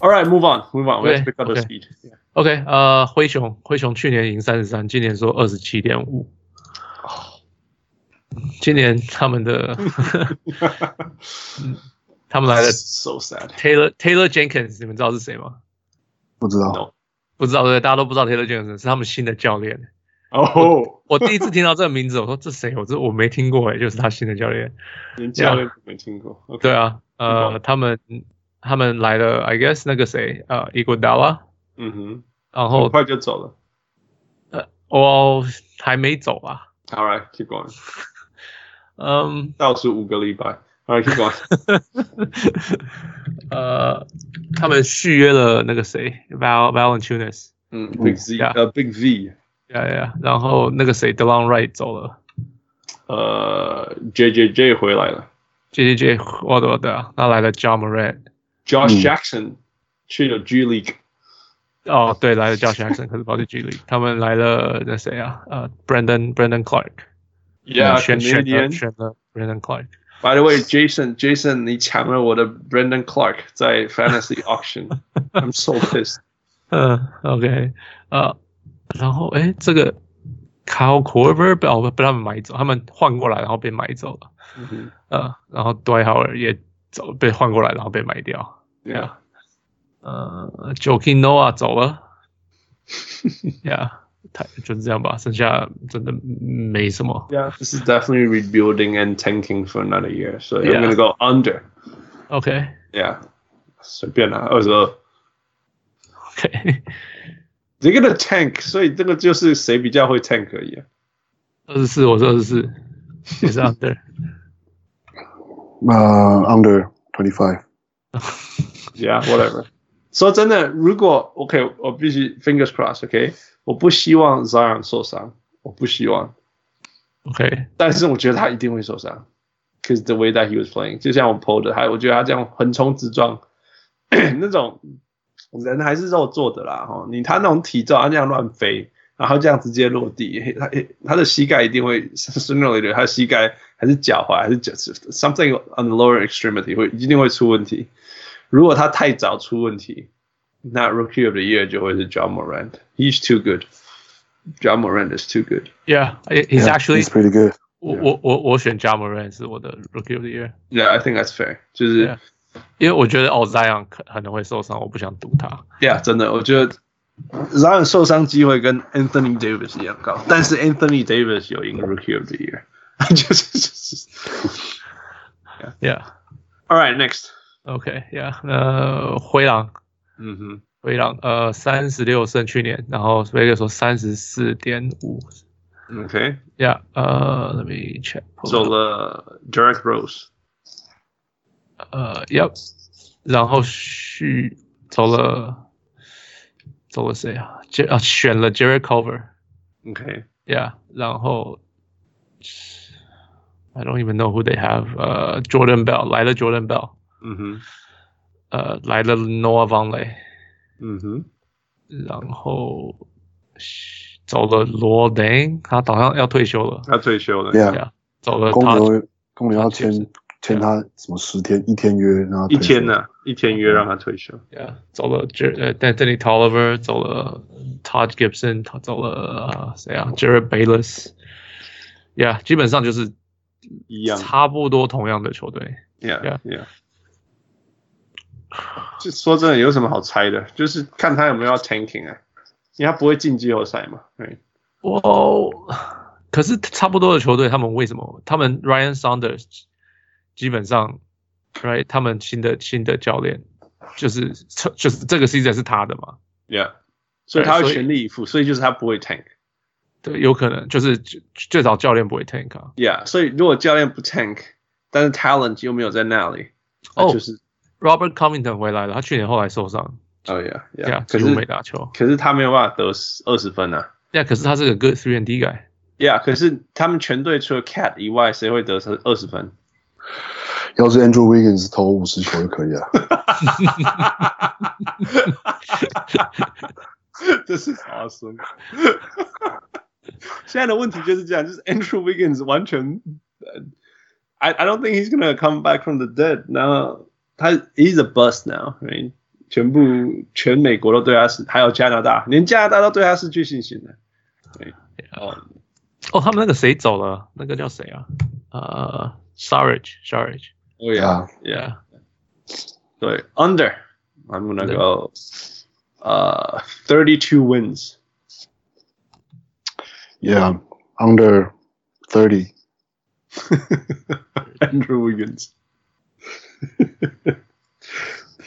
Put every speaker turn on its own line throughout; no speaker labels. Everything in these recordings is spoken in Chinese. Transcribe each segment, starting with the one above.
All right, move on, move on. Let's
Okay,
pick up the
okay.
speed. Yeah.
OK，呃，灰熊，灰熊去年赢三十三，今年说二十七点五。今年他们的他们来的
so sad.
Taylor Taylor Jenkins，你们知道是谁吗？
不知道
No
不知道对不对，大家都不知道 Taylor Jenkins 是他们新的教练。
哦，
我第一次听到这个名字，我说这谁？我这我没听过哎，就是他新的教练。
连教练都没听过。o k
对，啊，
听
呃，他们他们来了，I guess 那个谁，呃 i g u d a l a
嗯
然
哼，很
后
快就走了。
我还没走啊，
All right, keep going.
嗯，
倒数五个礼拜。All right, keep going.
呃，他们续约了那个谁，Val Valentunas，
嗯，Big Mm, Z，
Yeah.
呃，Big V，
呀呀，然后那个谁，Delon Wright 走了
呃，JJJ 回来了
，J J J，我的我的啊，那来了 John Morant，
，Josh
嗯
Jackson 去了 G League。
哦，对，来了 Josh Jackson，可是跑去 G League，他们来了那谁啊，呃，Brandon Brandon Clark，
Yeah,
选选了
啊 Canadian.
选了 Brandon Clark，
By the way, Jason, Jason，你抢了我的 Brandon Clark 在 Fantasy Auction. I'm so pissed.
嗯，OK，呃，然后哎，诶这个 Kyle Korver 被哦被他们买走，他们换过来然后被买走了，
嗯哼
呃，然后 d w i g h o w a r 也走被换过来然后被买掉。
Yeah.
呃 j o k i n Noah 走了，Yeah，他就是这样吧，剩下真的没什么。
Yeah, this is definitely rebuilding and tanking for another year. So I'm
Yeah.
gonna go under.
OK
Yeah，随便啦、二十二。
OK，
这个的 tank，所以这个就是谁比较会 tank 而已、啊。
二十四，我是二十四，也是 under。
呃，under twenty five，
Yeah, whatever. 说真的，如果 OK，我必须 fingers crossed，OK，、我不希望 Zion 受伤，我不希望，
OK，
但是我觉得他一定会受伤，cause the way that he was playing，就像我 PO 的，他我觉得他这样横冲直撞， 那种人还是肉做的啦，哈，你他那种体照，他这样乱飞，然后这样直接落地，他他的膝盖一定会 sooner or later，他的膝盖还是脚踝还是脚 something on the lower extremity 会一定会出问题。如果他太早出问题，那 Rookie of the Year 就会是 John Morant。He's too good. John Morant is too good.
Yeah，he's 哎 actually
it's pretty good。
我我我我选 j a m o r a n 是我的 Rookie of the Year，
Yeah, I think that's fair. 就是
Yeah. 因为我觉得哦 Zion 可可能会受伤，我不想赌他。
Yeah，真的，我觉得 Zion 受伤机会跟 Anthony Davis 一样高，但是 Anthony Davis 有赢 Rookie of the Year，就是 就是。All right, next.
Yeah，OK，Yeah，那灰狼
嗯哼，
灰狼呃三十六胜去年，然后 Vegas 说三十四点五
OK，
Yeah, uh, let me check.
走了 Derek Rose。
呃，Yep，然后续走了，走了谁啊？杰啊，选了 Jerry Cover，Yeah，
OK，
然后 I don't even know who they have. 呃，Jordan Bell 来了，Jordan Bell，
嗯哼，
呃，来了 Noah Vonleh，
嗯哼，
然后走了罗丹，他好像要退休了
他退休了。
Yeah，
，Yeah，走了
公
他
牛公牛要签
他
签他什么十天一天约，然后
一天
呢
呢、一天约让他退休。
Yeah，走了 Jer 呃 Anthony Tolliver，走了 Todd Gibson，他走了、呃、谁啊 Jared Bayless。Yeah，基本上就是
一样
差不多同样的球队。
，Yeah Yeah。就说真的，有什么好猜的？就是看他有没有要 tanking 啊，因为他不会进季后赛嘛。Right？
哇、可是差不多的球队，他们为什么？他们 Ryan Saunders 基本上，right，他们新的新的教练就是就是这个 season 是他的嘛？
Yeah，所以他
哎所
会
以
全力以赴，所以就是他不会 tank。
对，有可能就是最最早教练不会 tank 啊。
Yeah，所以如果教练不 tank，但是 talent 又没有在那里，那
哦
啊就是、
Robert Covington 回来了，他去年后来受伤，
哦 yeah
对啊
yeah，，可
几乎没
是
打球。
可是他没有办法得二十分啊。
Yeah，可是他是个 good three and D guy。
Yeah，可是他们全队除了 Cat 以外，谁会得二十分？
要是 Andrew Wiggins 投五十球就可以了。
This is awesome 现在的问题就是这样，就是 Andrew Wiggins 完全、呃 I I don't think he's gonna come back from the dead. Now 他 he's a bust now, right? 全部全美国都对他是，还有加拿大，连加拿大都对他失去信心了。
哦，他们那个谁走了？那个叫谁啊？呃 s a r a g e s a r a g e
对呀，
啊，
y e a h 对，under I'm gonna go 呃 thirty two wins。
yeah under thirty
Andrew Wiggins，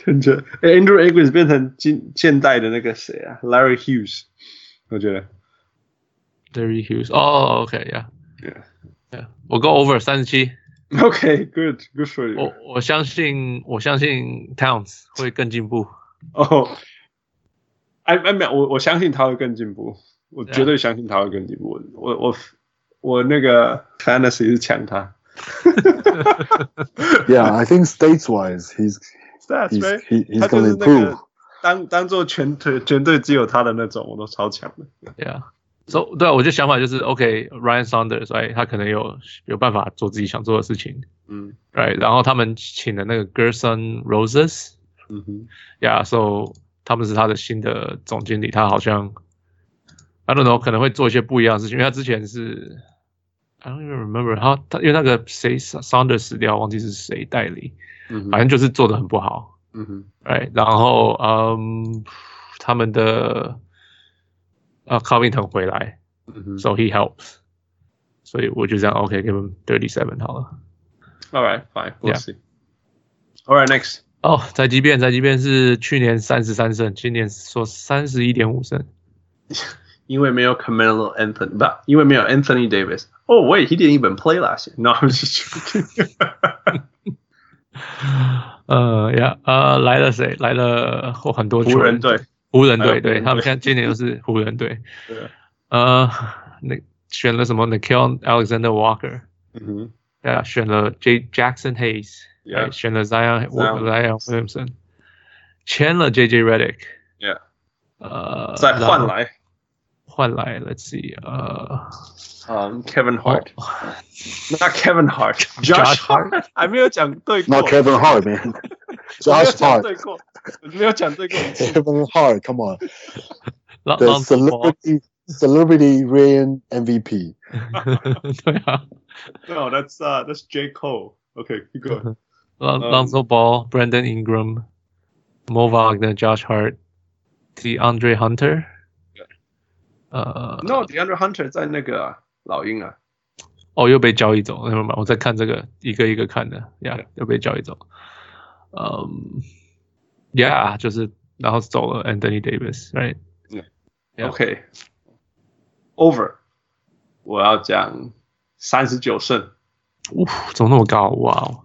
跟着、哎 Andrew Wiggins 变成近现代的那个谁啊，Larry Hughes，我觉得
d e r r y Hughes。哦，OK，Yeah，Yeah，、
Yeah.
Yeah，我 go over 三十七。
OK，good，good、for you。
我我相信，我相信 Towns 会更进步。
哦，哎哎没有，我我相信他会更进步，我
Yeah.
绝对相信他会更进步。我我我我那个 fantasy 是抢他
yeah I think states wise he's
，That's
he's
right，
he, he's
他就
gonna
是那个
improve
当当做全队全队只有他的那种，我都超强的。
Yeah。So 对啊，我就想法就是，OK，Ryan、Saunders，哎，他可能有有办法做自己想做的事情
嗯
，right？然后他们请的那个 Gerson Roses，yeah，so
嗯哼，
他们是他的新的总经理，他好像 I don't know 可能会做一些不一样的事情，因为他之前是 I don't even remember 他他因为那个谁 Saunders 死掉，忘记是谁代理，
嗯
反
哼，
正就是做的很不好，
嗯哼，
哎，然后嗯，他们的啊 Covington 回来
嗯哼。
，so he helps，所以我就这样 OK 给他们 thirty seven 好了。
All right, fine. We'll
Yeah.
see. All right, next.
哦，宅急便，宅急便是去年三十三胜，今年说三十一点五胜。
因为没有 Carmelo Anthony, but 因为没有 Anthony Davis. Oh wait, he didn't even play last year. No, I'm just joking.
呃呀，呃，来了谁？来了后很多球
湖人队，
湖人队，
还有湖人
对
队
他们现在今年又是湖人队。
对啊
呃，那选了什么 n i k e l Alexander Walker，
嗯哼，
对啊，选了 J Jackson Hayes。
Mm-hmm.
哎
Yeah.
选了 Zion
Zion
Zion Williamson，签了 JJ Redick。
Yeah.
呃，然后
再换来，
换来，Let's see，呃
um, Kevin Hart. Not Kevin Hart. Josh
Josh
Hart. 还没有讲对过。
not Kevin Hart man Josh Hart
没有讲对过，没有讲对过。
Kevin Hart come on
l o
the celebrity celebrity reign MVP
对啊
No, that's uh, that's J Cole. Okay, keep going.
Lon-
Um,
Lonzo Ball、Brandon Ingram、Mo Wagner、Josh Hart、DeAndre Hunter Uh,
Yeah.。
呃
No, DeAndre Hunter 在那个老鹰啊。
哦，又被交易走，那么我在看这个一个一个看的呀又被交易走。嗯、y e a h 就是然后走了 Anthony Davis，right？Yeah.
OK over，我要讲三十九胜。
呜，怎么那么高？哇哦，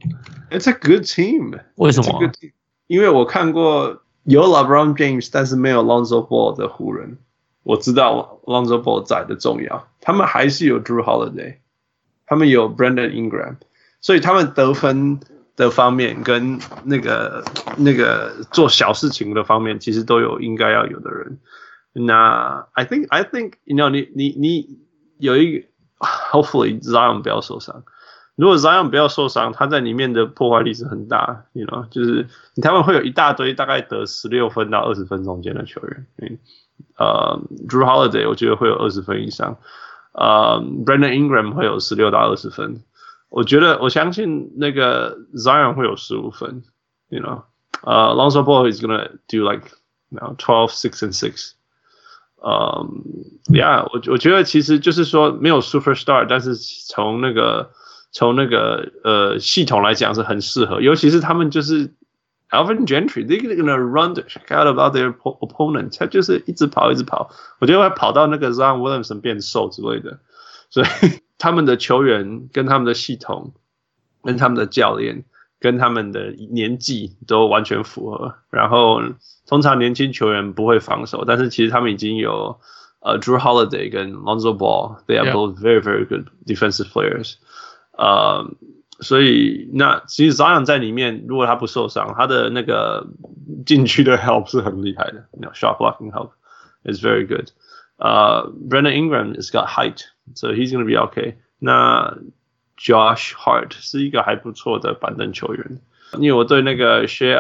It's a good team。
为什
It's a
么
good team。因为我看过有 LeBron James，但是没有 Lonzo Ball 的湖人，我知道 Lonzo Ball 在的重要。他们还是有 Drew Holiday，他们有 Brandon Ingram，所以他们得分的方面跟那个那个做小事情的方面，其实都有应该要有的人。那 I think I think you know 你你你有一个 hopefully Zion 不要受伤。如果 Zion 不要受伤，他在里面的破坏力是很大，you know，就是你他们会有一大堆大概得十六分到二十分中间的球员，嗯呃，Drew Holiday 我觉得会有二十分以上，呃，Brandon Ingram 会有十六到二十分，我觉得我相信那个 Zion 会有十五分，you know，呃，Lonzo Ball is gonna do like you know twelve six and six。嗯、y e a h 我我觉得其实就是说没有 superstar，但是从那个从那个呃系统来讲是很适合，尤其是他们就是 Alvin Gentry，they gonna run the shit out of other oppo- opponent，他就是一直跑一直跑，我觉得会跑到那个 Zion Williamson 变瘦之类的，所以他们的球员跟他们的系统跟他们的教练跟他们的年纪都完全符合。然后通常年轻球员不会防守，但是其实他们已经有呃 Drew Holiday 跟 Lonzo Ball，they are
Yeah.
both very very good defensive players。呃，所以那其实 Zion 在里面，如果他不受伤，他的那个禁区的 help 是很厉害的，you know, shot blocking help is very good。呃，Brandon Ingram has got height, so he's going to be okay. 那 Josh Hart 是一个还不错的板凳球员，因为我对那个 Shea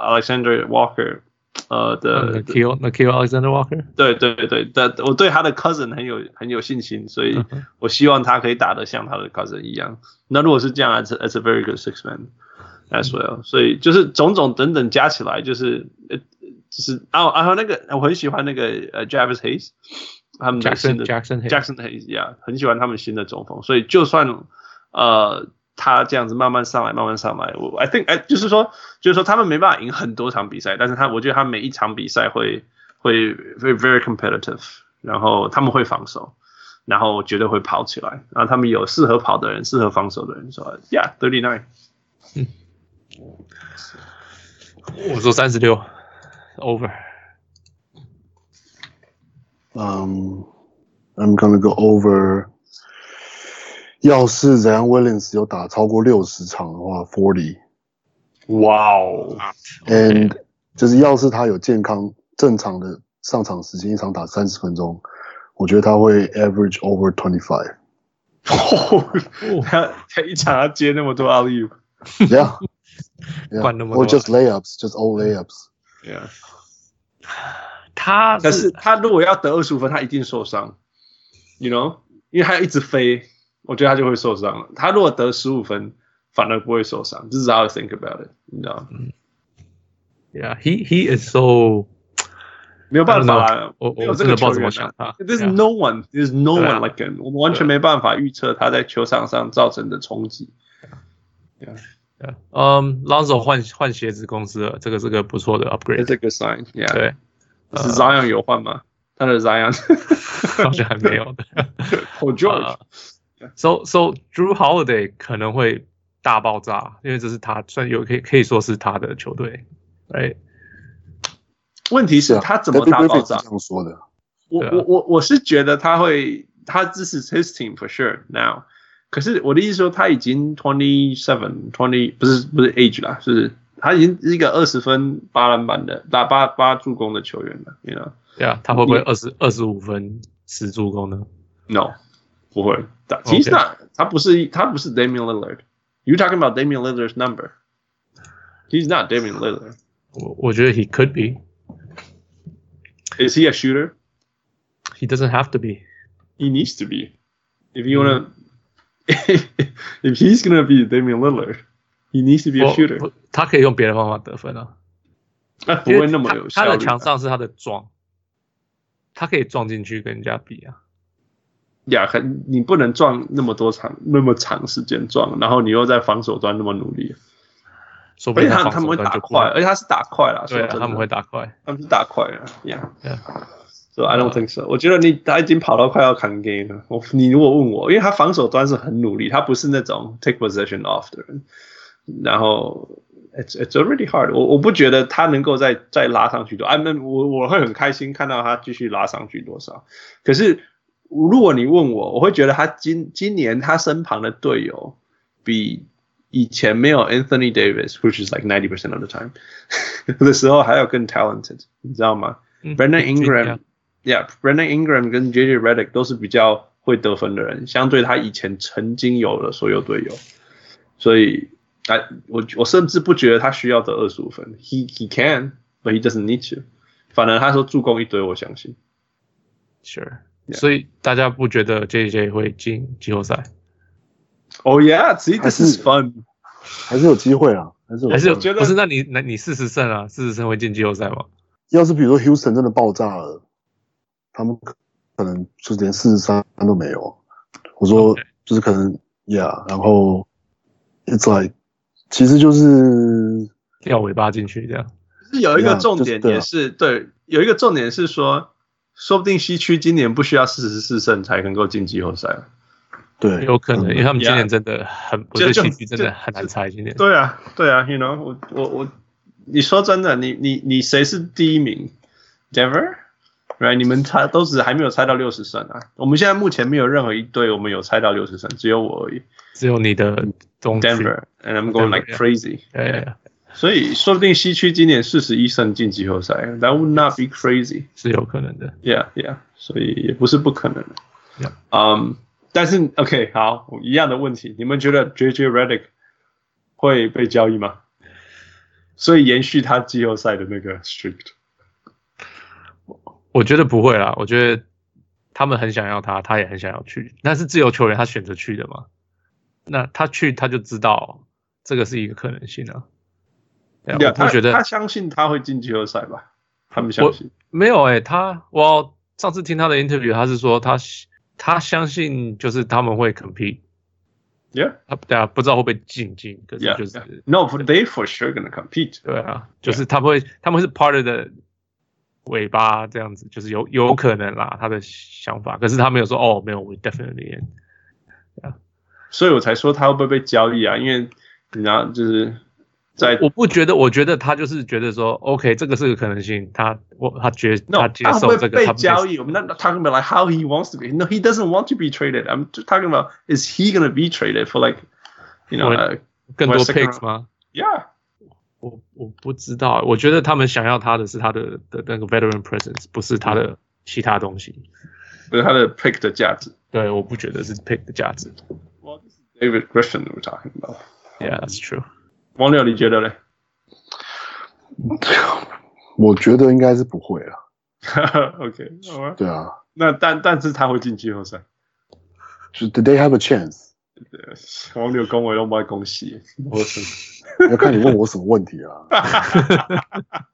Alexander Walker uh, 呃的
n i k i l n i k i l Alexander Walker，
对对对，但我对他的 cousin 很有很有信心，所以
嗯哼
我希望他可以打得像他的 cousin 一样。那如果是这样，it's it's a very good six man as well。所以就是种种等等加起来，就是呃，就是啊啊还有那个我很喜欢那个呃 Jarvis Hayes，他们的新
Jackson
的
Jackson Hayes
Jackson Hayes yeah，很喜欢他们新的中锋，所以就算呃他这样子慢慢上来，慢慢上来，我 I think 哎、就是说就是说他们没办法赢很多场比赛，但是他我觉得他每一场比赛会会会 very competitive，然后他们会防守，然后绝对会跑起来，然后他们有适合跑的人，适合防守的人，说 yeah thirty nine，
我说三十六，over。
Um, I'm gonna go over. 要是 Zion Williams 有打超过六十场的话，forty。
哇哦
And 就是要是他有健康正常的上场时间，一场打三十分钟，我觉得他会 average over twenty five。
他他一场要接那么多奥利 u
Yeah,
灌
yeah.
那么多
Or just layups, just all layups.
yeah，
他
可是他如果要得二十五分，他一定受伤，you know，因为他一直飞，我觉得他就会受伤了。他如果得十五分，反而不会受伤。This is how I think about it，你知道吗？
，Yeah，he he is so，
没有办法啦，
我
没有
我
这
真的
个
不知道
球
怎么
员
想
啊。
他。
There's
Yeah
no one, there's no
对啊
one like him，我们完全没办法预测他在球场上造成的冲击。
Yeah. 嗯，Lonzo 换换鞋子公司了，这个是个不错的 upgrade。
It's a good sign, yeah。
对，呃
是 Zion 有换吗？他的 Zion，
好像还没有的。
哦 George，
So so Drew Holiday 可能会大爆炸，因为这是他算有可以可以说是他的球队。哎，
问题是
Yeah，
他怎么
David
打爆
Griffin
炸
是这？样说的。
我
对啊
我我我是觉得他会，他 this is his team for sure now。可是我的意思说，他已经 twenty seven twenty 不是不是 age 啦，是他已经是一个二十分八篮板的打八八助攻的球员了，you know？
对啊，他会不会
你
二十二十五分十助攻呢？
No，不会。打
OK
He's not，他不是他不是 Damian Lillard。You talking about Damian Lillard's number? He's not Damian Lillard.
我我觉得 he could be,
Is he a shooter?
he doesn't have to be.
He needs to be. If you wanna,
Hmm.
if he's gonna be Damian Lillard, he needs to be a
我
shooter.
不他可以用别的方法得分啊，
那不会那么有效
他
率、
他的强上是他的撞，他可以撞进去跟人家比啊。
呀，很你不能撞那么多场那么长时间撞，然后你又在防守端那么努力，
说不
而且
定
他
防
他们
守
会
端
打
就不
快，而且他是打快啦，
对
说
啊，
真的
他们会打快。
他们是打快啊呀
Yeah.。
So I don't think so。我觉得你他已经跑到快要砍 game 了。我你如果问我，因为他防守端是很努力，他不是那种 take possession off 的人。然后 it's it's already hard 我。我不觉得他能够再再拉上去多。啊，那我我会很开心看到他继续拉上去多少。可是如果你问我，我会觉得他今今年他身旁的队友比以前没有 Anthony Davis，which is like ninety percent of the time 的时候还要更 talented，你知道吗？
嗯
Brandon
嗯
Ingram。Yeah，Brandon Ingram 跟 JJ Redick 都是比较会得分的人，相对他以前曾经有的所有队友，所以哎，我我甚至不觉得他需要得二十五分，He he can，but he doesn't need to。反而他说助攻一堆，我相信
Sure，、
Yeah.
所以大家不觉得 JJ 会进季后赛，
Oh yeah，see this is fun。
还是有机会啊，还是有
还是
机
有
会。
觉得
不是？那你那你四十胜啊，四十胜会进季后赛吗？
要是比如说 Houston 真的爆炸了，他们可能就是连四十三都没有。我说
OK
就是可能 Yeah，然后 It's like 其实就是
掉尾巴进去这样。
是有一个重
就是
点
对啊
也是对，有一个重点是说，说不定西区今年不需要四十四胜才能够进季后赛。
对，
有可能，因为他们
嗯
今
Yeah
年真的很，我
就
觉得
就
兴趣真的
就
很难猜今年。
对啊，对啊，you know，我我我，你说真的，你你你谁是第一名？Denver，right？你们猜都只还没有猜到六十胜啊。我们现在目前没有任何一队我们有猜到六十胜，只有我而已。
只有你的中区
Denver，and I'm going like
Denver，yeah
crazy。
对对对
所以说不定西区今年四十一胜进季后赛，That would not be crazy。
是有可能的。
Yeah, yeah，所以也不是不可能。
Yeah.
嗯，但是 OK，好，一样的问题，你们觉得 JJ Redick 会被交易吗？所以延续他季后赛的那个 streak。
我觉得不会啦，我觉得他们很想要他，他也很想要去，但是自由球员他选择去的嘛，那他去他就知道这个是一个可能性啊。对啊
对啊
我
他
不觉得
他相信他会进季后赛吧？他们相信，
没有诶、他我上次听他的 interview，他是说他他相信就是他们会 compete，
yeah
他大家不知道会不会进进，可是
yeah,
就是
yeah. No, for- they for sure gonna compete.
对啊，就是他们会他们是 part of 的尾巴这样子，就是有有可能啦，他的想法，可是他没有说哦，没有，we definitely in。
所以我才说他会不会被交易啊？因为你知道，就是在
我不觉得，我觉得他就是觉得说，OK，这个是个可能性，他我他觉
no，
他接
他
受
会
这
不会
个，
被
他
交
不
易。I'm not talking about like how he wants to be. No, he doesn't want to be traded. I'm just talking about is he gonna be traded for like, you know,
Well-
uh,
更多
West
picks 吗？
yeah.
我我不知道，我觉得他们想要他的是他的的那个 veteran presence，不是他的其他东西。
不是他的 pick 的价值。
对，我不觉得是 pick 的价值。
Well, this is David Griffin we're talking about.
Yeah，that's true。
王六，你觉得嘞？
我觉得应该是不会了。
OK，好吧。
对啊，
那但但是他会进季后赛。
就 Did they have a chance？
对王六恭维都不爱恭喜，我 是。
要看你问我什么问 题啊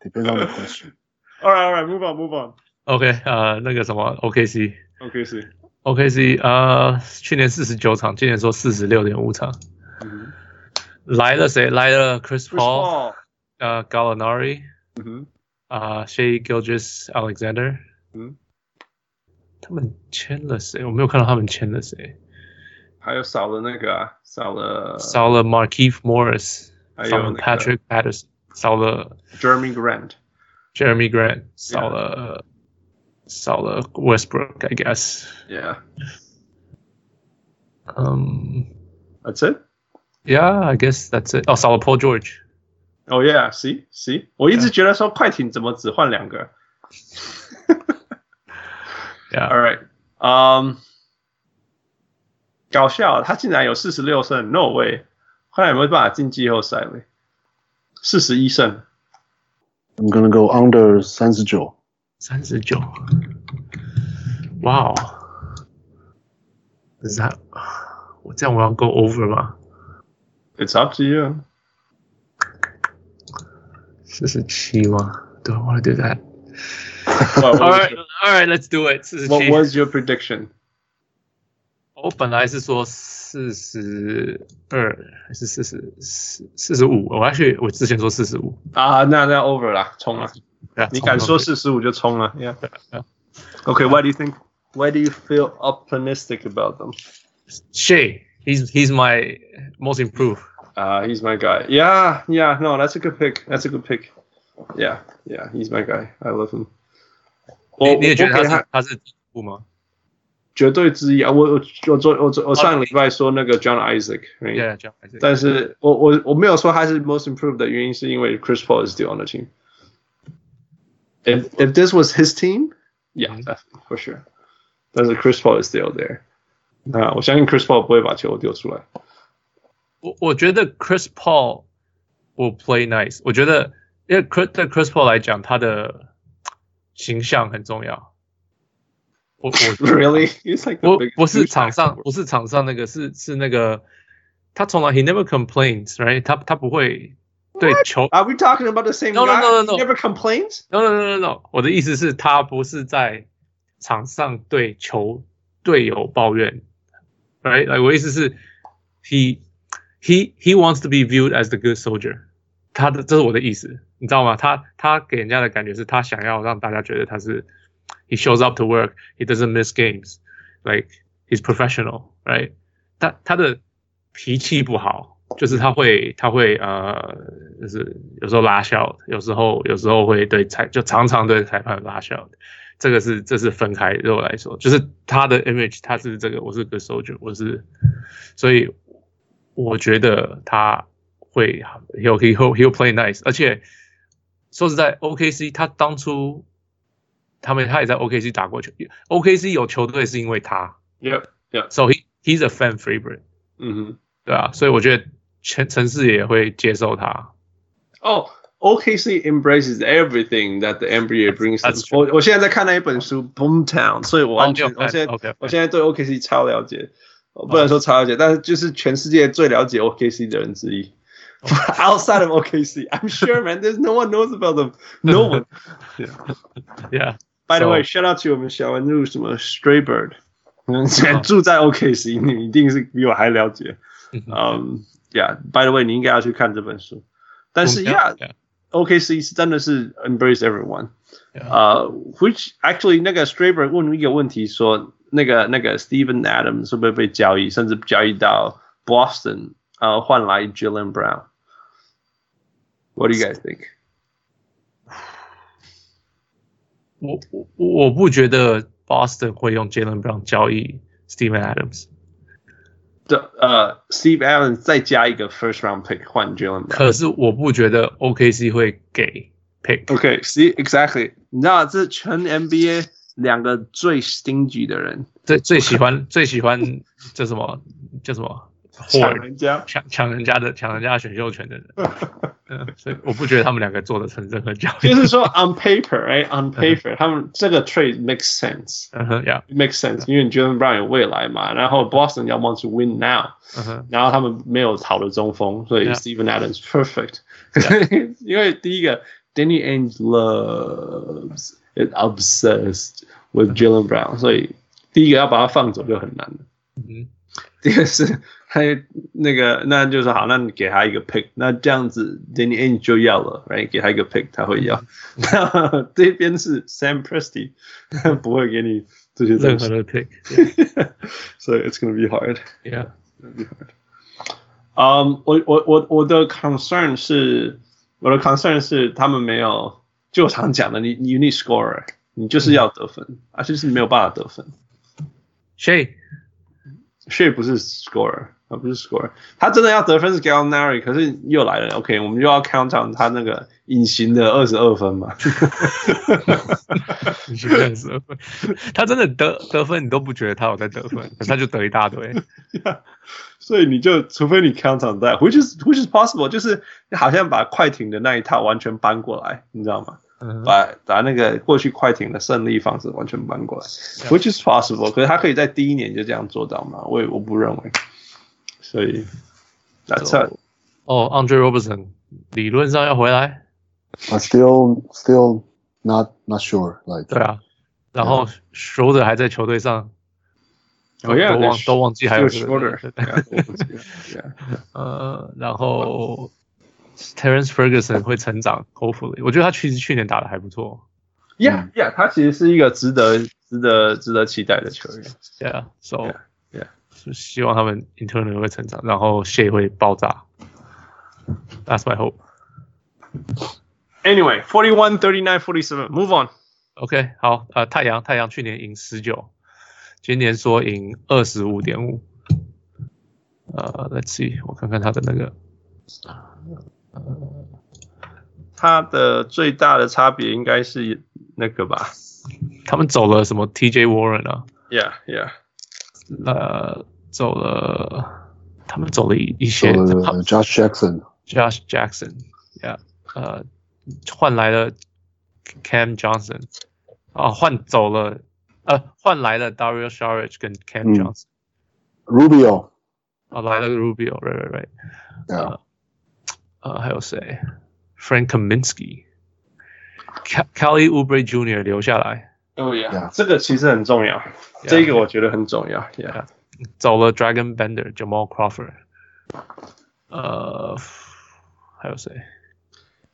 ，depends on the question。
All right, all right, move on, move on.
OK，呃，那个什么 OKC。
OK，是。
OKC 呃，去年四十九场，今年说四十六点五场，
嗯
来了谁？来了 Chris
Chris
Mm-hmm. Paul，
Paul，
呃，Gallinari，
嗯哼，
啊、s h e a Gilgis Alexander，
嗯，
他们签了谁？我没有看到他们签了谁，
还有少了那个啊，少了，
少了 Markeith Morris，
还
少
有
了
那个
Patrick Patterson，少了
Jeremy Grant。
Jeremy Grant，少了少了 Westbrook，I guess，
Yeah,
嗯、
that's it.
y e a h Um, i guess that's it。哦，少了 Paul George。
Oh yeah, see, see. 我一直觉得说快艇怎么只换两个
Yeah
All right. Um, 搞笑，他竟然有四十六胜，No way！看来有没有办法进季后赛喂？四十一胜
I'm gonna go under 三十九。
三十九，哇哦！是他，我这样我要 go over 吗？
，It's up to you。
四十七吗？Do I want to do that?
What
All
was
right,
your-
all right, let's do it. 四十
what
七。
was your prediction？
我本来是说四十二还是四十四四十五，我 Oh, actually 我之前说四十五。
啊，那那 over 啦，冲了！
对啊
你敢说？
差
四十五就冲了，Yeah。
对
Okay, why do you think? Why do you feel optimistic about them?
不多 Shay, he's he's my most improved.
Uh, he's my guy. Yeah, yeah. No, that's a good pick. That's a good pick. Yeah, yeah. He's my guy. I love him.
你你也觉得
我给
他
他
是他是第一步吗
绝对之一啊！我我我昨我昨我上礼拜说那个 John Isaac，、
？Yeah, John Isaac。
但是我我我没有说他是 most improved 的原因是因为 Chris Paul is still on the team. If if this was his team, yeah, definitely, for sure. 但是 Chris Paul is still there. 那我相信 Chris Paul 不会把球丢出来。
我我觉得 Chris Paul will play nice。我觉得，因为 Chris 对 Chris Paul 来讲，他的形象很重要。我我
Really? He's like the
我
biggest
不是
douchebag
场
in
上
the world.
不是场上那个是是那个，他从来 he never complains，right？他他不会对球。
Are we talking about the same
No, no,
guy?
no, no, no.
He never complains?
No no no no no，我的意思是，他不是在场上对球队友抱怨，right？like, 我的意思是，he he he wants to be viewed as the good soldier。他的这是我的意思，你知道吗？他他给人家的感觉是他想要让大家觉得他是，he shows up to work，he doesn't miss games，like he's professional，right？他他的脾气不好，就是他会他会呃，就是有时候拉笑，有时候有时候会对裁就常常对裁判拉笑这个是这是分开对我来说，就是他的 image，他是这个，我是个 soldier，我是，所以我觉得他会 he'll he'll he'll play nice，而且说实在，OKC 他当初他们他也在 OKC 打过球，OKC 有球队是因为他
Yep.
，so he he's a fan favorite。
Mm-hmm.
对啊，所以我觉得全城市也会接受他。
Oh, OKC embraces everything that the NBA brings.
That's
them. 我我现在在看那一本书《Boomtown》，所以我完全、
哦你有看
我现在
OK，OK
我现在对 OKC 超了解，我不能说超了解，但是就是全世界最了解 OKC 的人之 一。Outside of OKC, I'm sure, man. There's no one knows about them. No one.
Yeah.
By the way,
So-
shout out to 我们小人物什么 uh, Stray Bird，住在 OKC，你一定是比我还了解。嗯、y e a h By the way，你应该要去看这本书。但是，Yeah，OKC 是真的是 embrace everyone。
Yeah.
呃、w h i c h actually 那个 Straber 问一个问题说，那个那个 Steven Adams 会不会被交易，甚至交易到 Boston，呃，换来 Jalen Brown。What do you guys think？
我我我不觉得 Boston 会用 Jalen Brown 交易 Steven Adams，
嗯这呃，Steve Allen 再加一个 first round pick 换 Jalen Brown。
可是我不觉得 OKC 会给 pick。
OK, see exactly. 你知道这全 NBA 两个最 stingy 的人
最最喜欢最喜欢叫什么叫什么
抢
hoard
人家，
抢抢人家的抢人家的选秀权的 人，嗯，所以我不觉得他们两个做的成任何交易
就。是说 on paper, right? On paper，他们这个 trade makes sense,
嗯哼呀，
It makes sense，因为 Jalen Brown 有未来嘛，然后 Boston 要 want to win now，
嗯哼，
然后他们没有好的中锋，所以
Yeah.
Steven Adams perfect，因 为第一个 Danny Ainge loves is obsessed with Jalen Brown，所以第一个要把他放走就很难了。
嗯哼
这个是他那个，那就是好，那你给他一个 pick，那这样子 Danny a n 就要了，right？给他一个 pick，他会要。那这边是 Sam Presti，不会给你这些东
任何
西
的 pick。
，so it's gonna be hard。
Yeah，
嗯，我我我我的 concern 是，我的 concern 是他们没有，就我常讲的，你你 you need scorer，你就是要得分，而且是没有办法得分。
Shay，
Shea 不是 scorer，他不是 scorer，他真的要得分是 Gallinari，可是又来了，OK，我们又要 count on 他那个隐形的二十二分嘛。
你去认识了他真的得得分，你都不觉得他有在得分，可是他就得一大堆。
所以你就除非你 count on that，which is which is possible，就是好像把快艇的那一套完全搬过来，你知道吗？
嗯哼
把把那个过去快艇的胜利方式完全搬过来，which is possible，可是他可以在第一年就这样做到吗？我也我不认为，所以 that's it。
哦，Andre Robertson 理论上要回来。
I still still not not sure. Like
对啊，然后 Schroeder 还在球队上，
Oh yeah，
都忘
there's-
都忘记还有
still
这个
shorter ，yeah，
呃，然后 Terence Ferguson 会成长，Hopefully，我觉得他其实去年打的还不错，
Yeah, yeah，他其实是一个值得、值得、值得期待的球员。
对啊，So
Yeah, yeah.
就希望他们 internally 会成长，然后 Shea 会爆炸，That's my hope。
Anyway, forty-one, thirty-nine, forty-seven. Move on.
OK，好，呃，太阳太阳去年赢十九，今年说赢二十五点五。呃，Let's see，我看看他的那个
他的最大的差别应该是那个吧
他们走了什么 TJ Warren 啊，
？Yeah, yeah.
呃，走了，他们走了一一些
so the,
他
Josh Jackson
Josh Jackson，yeah，呃，换来了 Cam Johnson，啊，换走了，呃，换来了 Dario Saric 跟 Cam
嗯
Johnson，、
Rubio.
啊，来了 Rubio，right Oh, right Uh, right，
Yeah.
呃，还有谁？Frank Kaminsky，Kelly Oubre Jr. 留下来，
Oh yeah.
Yeah.
这个其实很重要
Yeah.
这个我觉得很重要。Yeah.
走了 Dragon Bender Jamal Crawford，呃，Uh, 还有谁？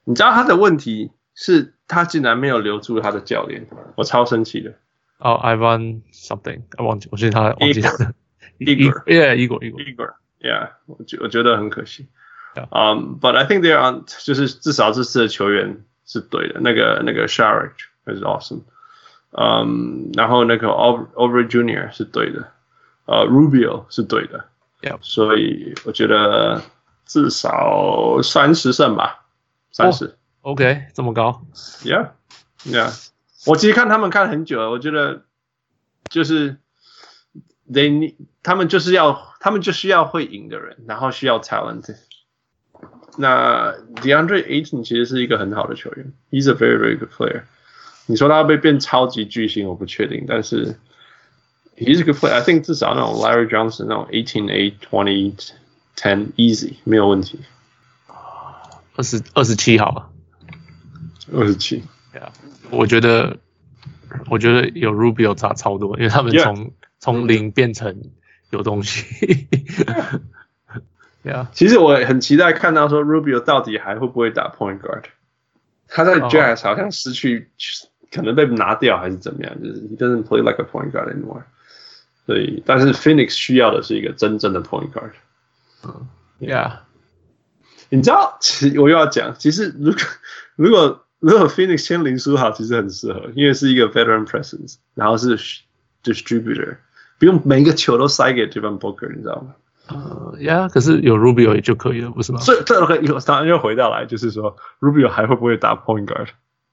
你知道他的问题是他竟然没有留住他的教练，我超生气的。
哦，Ivan Oh, something，啊忘记，我记得他忘记他的
Igor
，Yeah，一果一果
Igor. Yeah，我觉我觉得很可惜。
Yeah.
嗯、b u t I think they are on，就是至少这次的球员是对的。那个那个 Sharich is awesome。嗯，然后那个 Over Over Junior 是对的，呃、r u b i o 是对的。
Yeah.
所以我觉得至少三十胜吧，三
哦
十、
，OK，这么高，
Yeah, yeah. 我其实看他们看很久了，我觉得就是 they need- 他们就是要他们就是要会赢的人，然后需要 talent。那 DeAndre Ayton 其实是一个很好的球员，He's a very very good player。你说他会被变超级巨星，我不确定，但是 He's a good player。I think 至少那种 Larry Johnson 那种 eighteen eight twenty ten easy 没有问题。
二十二十七好了。
二十七，
我觉得，我觉得有 Rubio 差超多，因为他们
Yeah
从从零变成有东西。 对啊，
其实我很期待看到说 Rubio 到底还会不会打 point guard。他在
哦
Jazz 好像失去可能被拿掉还是怎么样，就是 he doesn't play like a point guard anymore。所以，但是 Phoenix 需要的是一个真正的 point guard。
，Yeah，
你知道，其实我又要讲，其实如果如果如果 Phoenix 签林书豪，其实很适合，因为是一个 veteran presence，然后是 distributor，不用每一个球都塞给 Devin Booker，你知道吗？
呃，Yeah，可是有 Rubio 也就可以了，不是吗？
所以这个又当然又回到来，就是说 Rubio 还会不会打 point guard，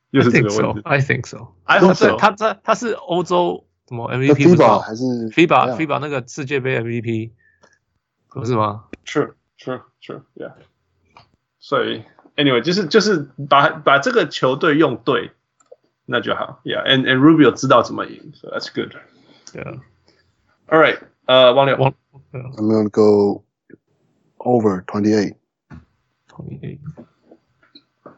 又
I
是这
think
个问
so.
题。
I think so. 啊
还
不
好
是
是
他在他是欧洲什么
那
MVP 不是
FIBA 还
吗
是
FIBA
Yeah
FIBA 那个世界杯 MVP 不是吗？
True, true, true, yeah. 所以，anyway，就是就是把把这个球队用对，那就好。Yeah, and and Rubio 知道怎么赢，so that's good.
对啊，
All right，呃，王柳，
王
I'm gonna go over twenty eight.
同意。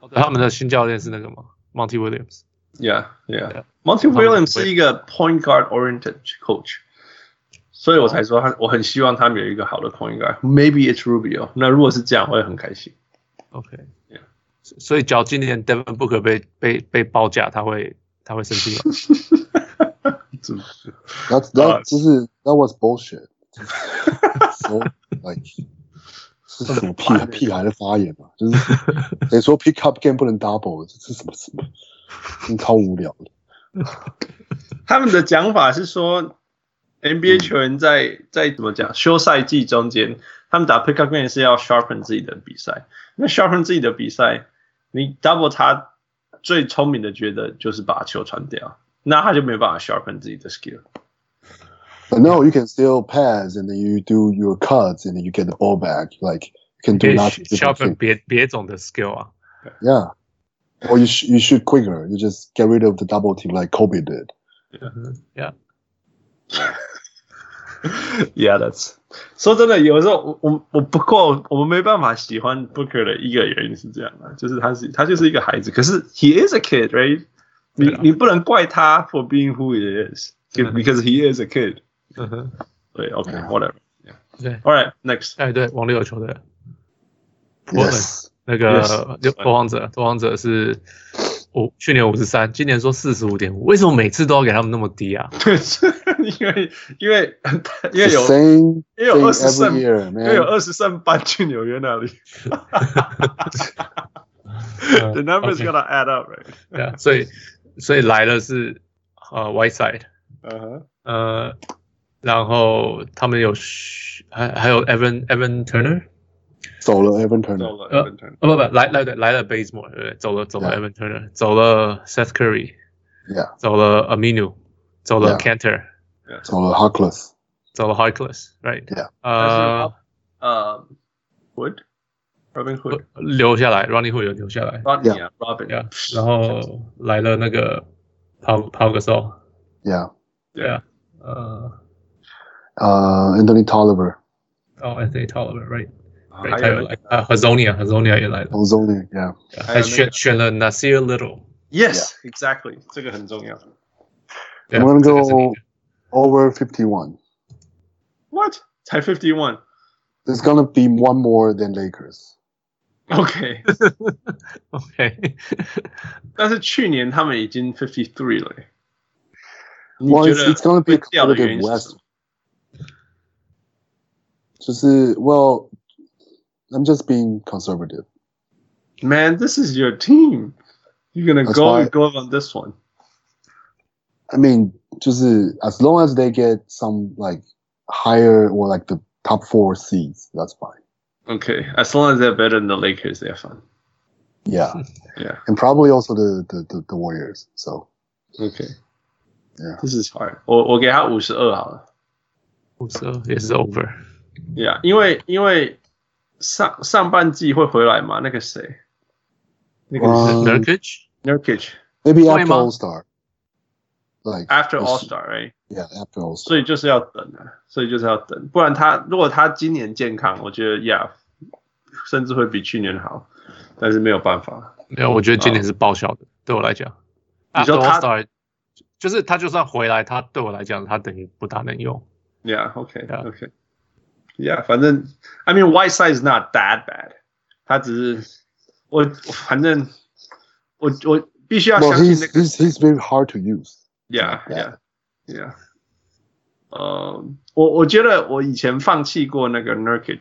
哦对他们的新教练是那个吗？Monty Williams。
Yeah, yeah.
Yeah.
Monty
们
Williams
会
是一个 point guard oriented coach，所以我才说他，我很希望他们有一个好的 point guard。Maybe it's Rubio。那如果是这样，我也很开心。
OK，
Yeah
所所以脚今年 Devin Booker 被被被报价，他会他会生气吗？
That's
Uh,
that. 就是 that was bullshit. so like 是什么屁孩屁孩的发言嘛？就是谁说 pick up game 不能 double？这是什么什么？真超无聊的。
他们的讲法是说，NBA 球员在在怎么讲休赛季中间，他们打 pickup game 是要 sharpen 自己的比赛。那 sharpen 自己的比赛，你 double 他最聪明的觉得就是把球传掉，那他就没办法 sharpen 自己的 skill。
But no, you can still pass, and then you do your cuts, and then you get the ball back. Like you can
可
do
以
lots of
消
different
费
things.
别别种的 skill 啊。
Yeah. Or you sh you shoot quicker. You just get rid of the double team like Kobe did.
嗯，Yeah，
Yeah, that's 说真的，有时候我我我不够，我们没办法喜欢 Booker 的一个原因是这样的，就是他是他就是一个孩子，可是 he is a kid, right？
对
你
啊
你不能怪他 for being who he is because he is a kid.
嗯哼，
对，OK, whatever.
对。
All right, next.
哎，对，王六有球队，Portland.
Yes.
那个
Yes
就拓荒者，拓荒者是五，去年五十三，今年说四十五点五，为什么每次都要给他们那么低啊？
对，是因为因为因为
The
有
same
因为有二
thing
十
every
胜，
year,
因为有
man.
二十胜搬去纽约那里。The numbers
OK
gonna add up, right?
对啊，所以所以来了是呃 Whiteside，
嗯
Uh-huh.
哼，
呃，然后他们有还还有 Evan Evan Turner，
走了 Evan
走
Turner.
了
呃
Evan Turner，
啊不不，来来对来了 Bazemore，对不对？走了走了
Yeah.
uh, Evan Turner，走了 Seth Curry，
Yeah.
走了 Aminu，走了
Yeah.
Cantor，
走了 Harkless.
走了 Harkless，right？
Yeah.
呃，
呃，Wood。Robin Hood，
留下来，Ronnie 会有留下来
Rodney 啊，Robin，
，Yeah。然后来了那个 Paul Paul Gasol，
Yeah.
对啊，呃，
Uh, Anthony Tolliver.
哦 Anthony Tolliver，right？
还
还有
有
来啊 Hazonia，Hazonia 也来了，
Ozone. Yeah.
还有那
还
个
选选了 Nasir Little。
Yes，exactly，这个很重要。
对
I'm
啊
gonna
这个是
go over 51.
What？才 fifty one？OK，
There's gonna be one more than Lakers.
OK，
但是去年他们已经 fifty three 了耶。你
Well,
觉
it's,
得
it's gonna be
会
a
掉的原
competitive
因是什
West.
么？
就是 uh, well, I'm just being conservative.
Man, this is your team. You're gonna
That's
go
why-
and go on this one.
I mean, 就是 as long as they get some like higher or like the top four seeds, that's fine.
Okay, as long as they're better than the Lakers, they're fine.
Yeah,
Yeah.
and probably also the the the, the Warriors. So
Okay.
Yeah.
This is hard. 我我给他五十二好了。
五十二也是 over。
Yeah，因为因为上上半季会回来吗？那个谁，那个
哇
n u r k i c
Nurkic
Maybe
Wait,
after
Ma.
All Star. Like
after
我
All
是
Star right？
yeah, after All Star.
所以就是要等啊，所以就是要等，不然他如果他今年健康，我觉得 Yeah，甚至会比去年好，但是没有办法，
没有，我觉得今年是报销的，对我来讲。
你说
After
他
All Star，就是他就算回来，他对我来讲，他等于不大能用。
Yeah，OK，OK，Yeah，、
Yeah.
反正 I mean White Side is not that bad，他只是我反正我我必须要
No,
相信那
he's
个
he's he's very hard to use.
Yeah Yeah Yeah，呃，我我觉得我以前放弃过那个 Nurkic，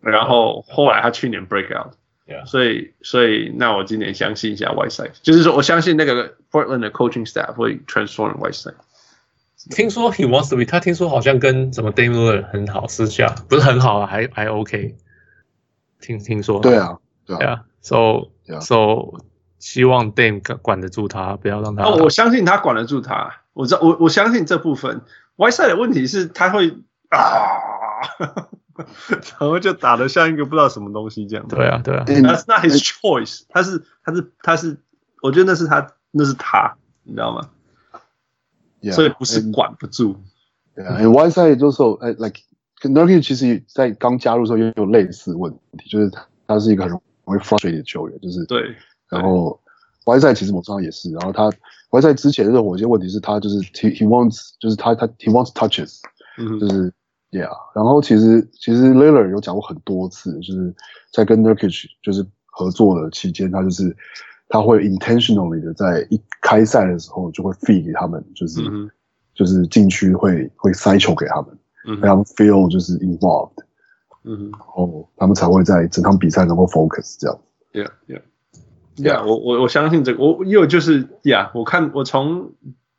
然后后来他去年 break out。
Yeah
所以，所以那我今年相信一下 White Side，就是说我相信那个 Portland 的 coaching staff 会 transform White Side。
听说 he wants to be，他听说好像跟什么 Dame l i l l a 很好，私下不是很好啊，还还 OK 听。听说，
对啊，
对啊，so
Yeah.
so 希望 Dame 管管得住他，不要让他。
哦，我相信他管得住他，我知道，我我相信这部分。White Side 的问题是他会啊， 然后就打得像一个不知道什么东西这样。
对啊，对啊，
And
That's not his choice，他是他是他是，我觉得那是他那是他，你知道吗？
yeah, 嗯
所以不是
and-
管不住。
Yeah, and Y side 就是说呃，like uh, Nurkic 其实在刚加入的时候也有类似问题，就是他他是一个很容易 frustrated 的球员，就是
对
然后 Y 赛其实某种上也是，然后他 Y 赛之前的热火一些问题是他就是 he he wants 就是他他 he wants touches，
嗯
就是 yeah，然后其实其实 l i l l a r 有讲过很多次，就是在跟 Nurkic 就是合作的期间，他就是他会 intentionally 的在一开赛的时候就会 feed 给他们，就是、
嗯
就是禁区会会塞球给他们，
嗯
让他们 feel 就是 involved，
嗯
然后他们才会在整场比赛能够 focus 这样。
，Yeah Yeah Yeah，我我我相信这个，我因为我就是 Yeah，我看我从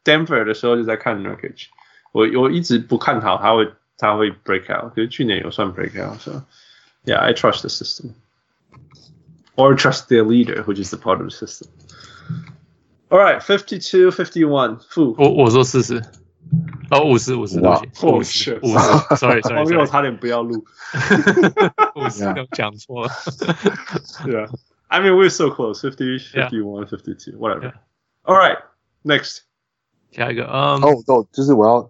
Denver 的时候就在看 Nurkic，我我一直不看好他会他会 break out，可是去年有算 break out，so Yeah，I trust the system。Or trust their leader, which is the part of the system. All right, 52, 51. Fu.
我我说四十，哦五十五十
哇
东西，五十
哦是
五十，sorry
黄六
sorry sorry，
差点不要录。
五十
Yeah.
讲错了。
yeah. I mean, we're so close 50,
Yeah.
51, 52, whatever.
Yeah.
All right. Next.
下一个，嗯，
哦，哦，就是我要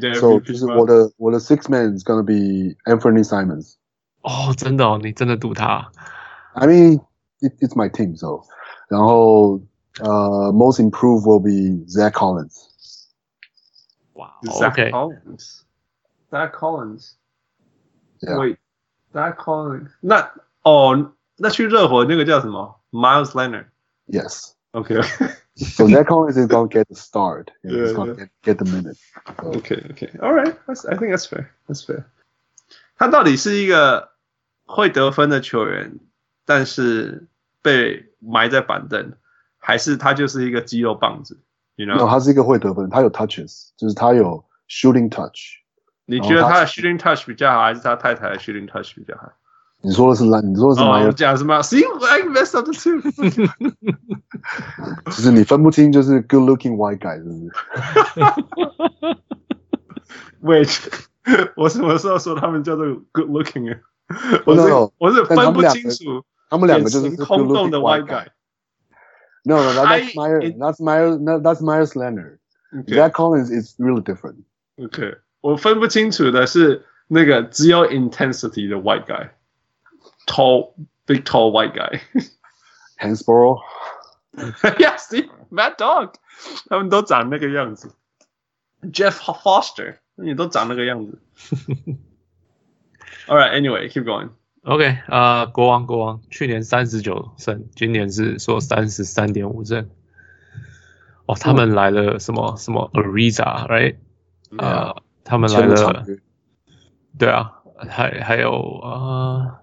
Dave,
So
you
就是
pick one.
我的我的 six man is gonna be Anthony Simons.
哦，真的哦，你真的赌他？
I mean, it, it's my team, so. 然后呃、most improved will be Zach Collins.
哇
Zach
，OK，
Collins. Zach Collins.
Yeah.
Wait. Zach Collins. oh, 那哦，那去热火那个叫什么？Miles Leonard。
Yes.
OK
So Zach Collins is gonna get the start. You know, he's
Yeah,
gonna get, get the minute. So,
OK OK. All right. That's, I think that's fair. That's fair. 他到底是一个会得分的球员，但是被埋在板凳，还是他就是一个肌肉棒子？You know？
no, 他是一个会得分，他有 touches，就是他有 shooting touch。
你觉得
然后
他
他
的 shooting touch 比较好，还是他太太的 shooting touch 比较好？
你说的是篮，你说的是
哦，
篮、
我讲什么？See, I messed up the two.
就是你分不清，就是 good looking white guy，是不是？
Which 我什么时候说他们叫做 good looking 啊？我
No,
是
no.
我是
但
分
他们
不
两个
清楚，
他们两个就是
眼神
good
空洞
looking
的
white
white
guy
guy。。
No, no, that, that's
I-
Myers.
it-
That's Myers. no, That's Myers Leonard.
OK
Zach Collins is really different.
OK，我分不清楚的是那个只有 intensity 的 white guy，tall big tall white guy。
Hansborough.
yes, see, Mad Dog，他们都长那个样子。Jeff Foster 也都长那个 样子。All right, anyway, keep going.
OK，呃，国王国王去年三十九胜，今年是说三十三点五胜。哦，他们来了什么什么 Ariza，right？呃，他们来
签了长
了，
约
对啊，还还有呃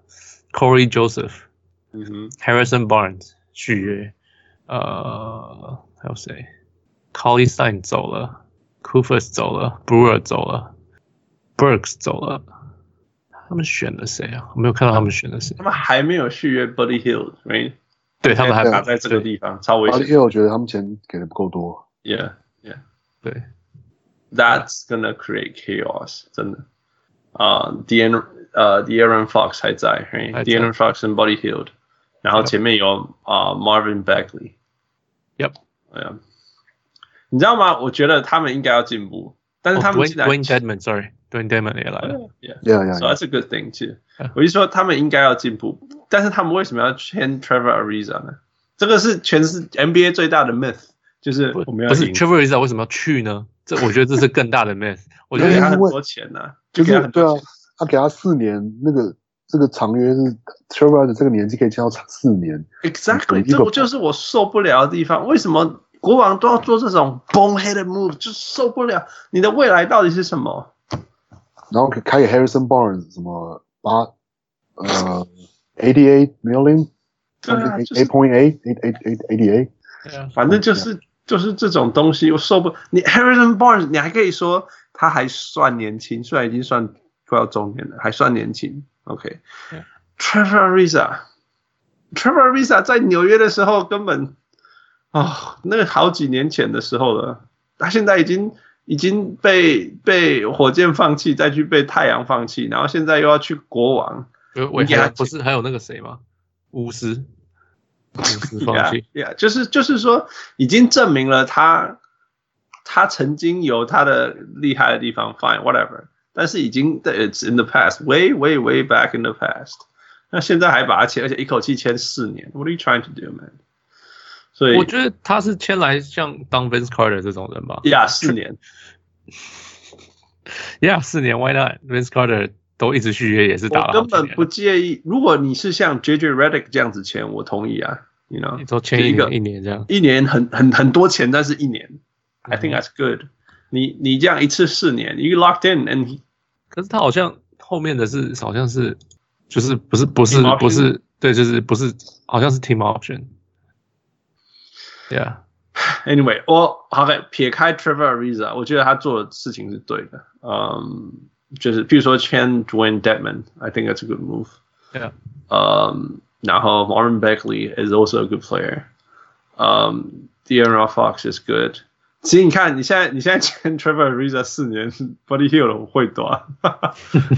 ，Corey Joseph、
嗯哼，
Harrison Barnes 续约，呃，还有谁 c o l l i Stein 走了 c o o f e r s 走了，Brewer 走了，Burks 走了，他们选了谁啊？我没有看到他们选了谁
他。们还没有续约 Buddy Hill，right？
对他们还
对
打在这个地方，超危
巴
险。
利我觉得他们钱给的不够多。
Yeah, yeah.
对，
Uh, That's gonna create chaos，真的。啊、d n 呃 d e a r o n Fox 还在 right?
还在
d e a r o n Fox and Buddy Hield，然后
Yep
前面有啊、呃 um, uh, Marvin Bagley。
Yep
哎呀，你知道吗？我觉得他们应该要进步，但是他们
哦 Dwayne
进来
Oh, Dwayne Dedman，sorry，Dwayne Dedman 也来了。
Yeah,
Yeah, yeah,
so
yeah.
that's a good thing too.
Yeah.
我就说他们应该要进步，但是他们为什么要签 Trevor Ariza 呢？这个是全是 NBA 最大的 myth，就是
不
我们要
不是
赢
Trevor Ariza 为什么要去呢？这我觉得这是更大 的 myth。我觉
就
对
给
得
他
因
很
为
多钱呐、
就
给他
是
很
对啊
多钱。，
他给他四年，那个这个长约是 t r e v o r 的这个年纪可以签到四年，
Exactly，
嗯一
这
个
不就是我受不了的地方？为什么国王都要做这种 boneheaded move，就受不了？你的未来到底是什么？
然后开给 Harrison Barnes 什么八呃 ADA million
对啊，就
eight
是
point eight eight eight eight ADA
对啊
反正就是就是这种东西，我受不。你 Harrison Barnes，你还可以说他还算年轻，虽然已经算快要中年了，还算年轻。OK，Trevor、
Yeah
Ariza，Trevor Ariza 在纽约的时候根本啊、那个好几年前的时候了，他现在已经。已经被被火箭放弃，再去被太阳放弃，然后现在又要去国王，
我我
你给他
还不是还有那个谁吗？巫师，巫师放
呀
弃。
呀，就是就是说，已经证明了他他曾经有他的厉害的地方，fine whatever，但是已经 it's in the past，way way way back in the past。那现在还把他签，而且一口气签四年，What are you trying to do, man？所以
我觉得他是签来像当 Vince Carter 这种人吧。
呀，四年
Yeah，四年 Why not Vince Carter 都一直续约也是打
我
了好
根
几年
本不介意。如果你是像 JJ Redick 这样子签，我同意啊，you know，
你都签一
一个
年一年这样。
一年很很很多钱，但是一年、i think that's good 你。你这样一次四年，you locked in and he-
可是他好像后面的是好像是就是不是不是
Team option
不是对，就是不是好像是 team option。Yeah，
Anyway，我好的撇开 Trevor Ariza，我觉得他做的事情是对的。嗯、就是譬如说签 Dwayne Dedman，I think that's a good move。
Yeah.
嗯，然后 Marvin Bagley is also a good player。嗯 d e a r o n Fox is good。其实你看，你现在你现在签 Trevor Ariza 四年，Body Hill 会 多，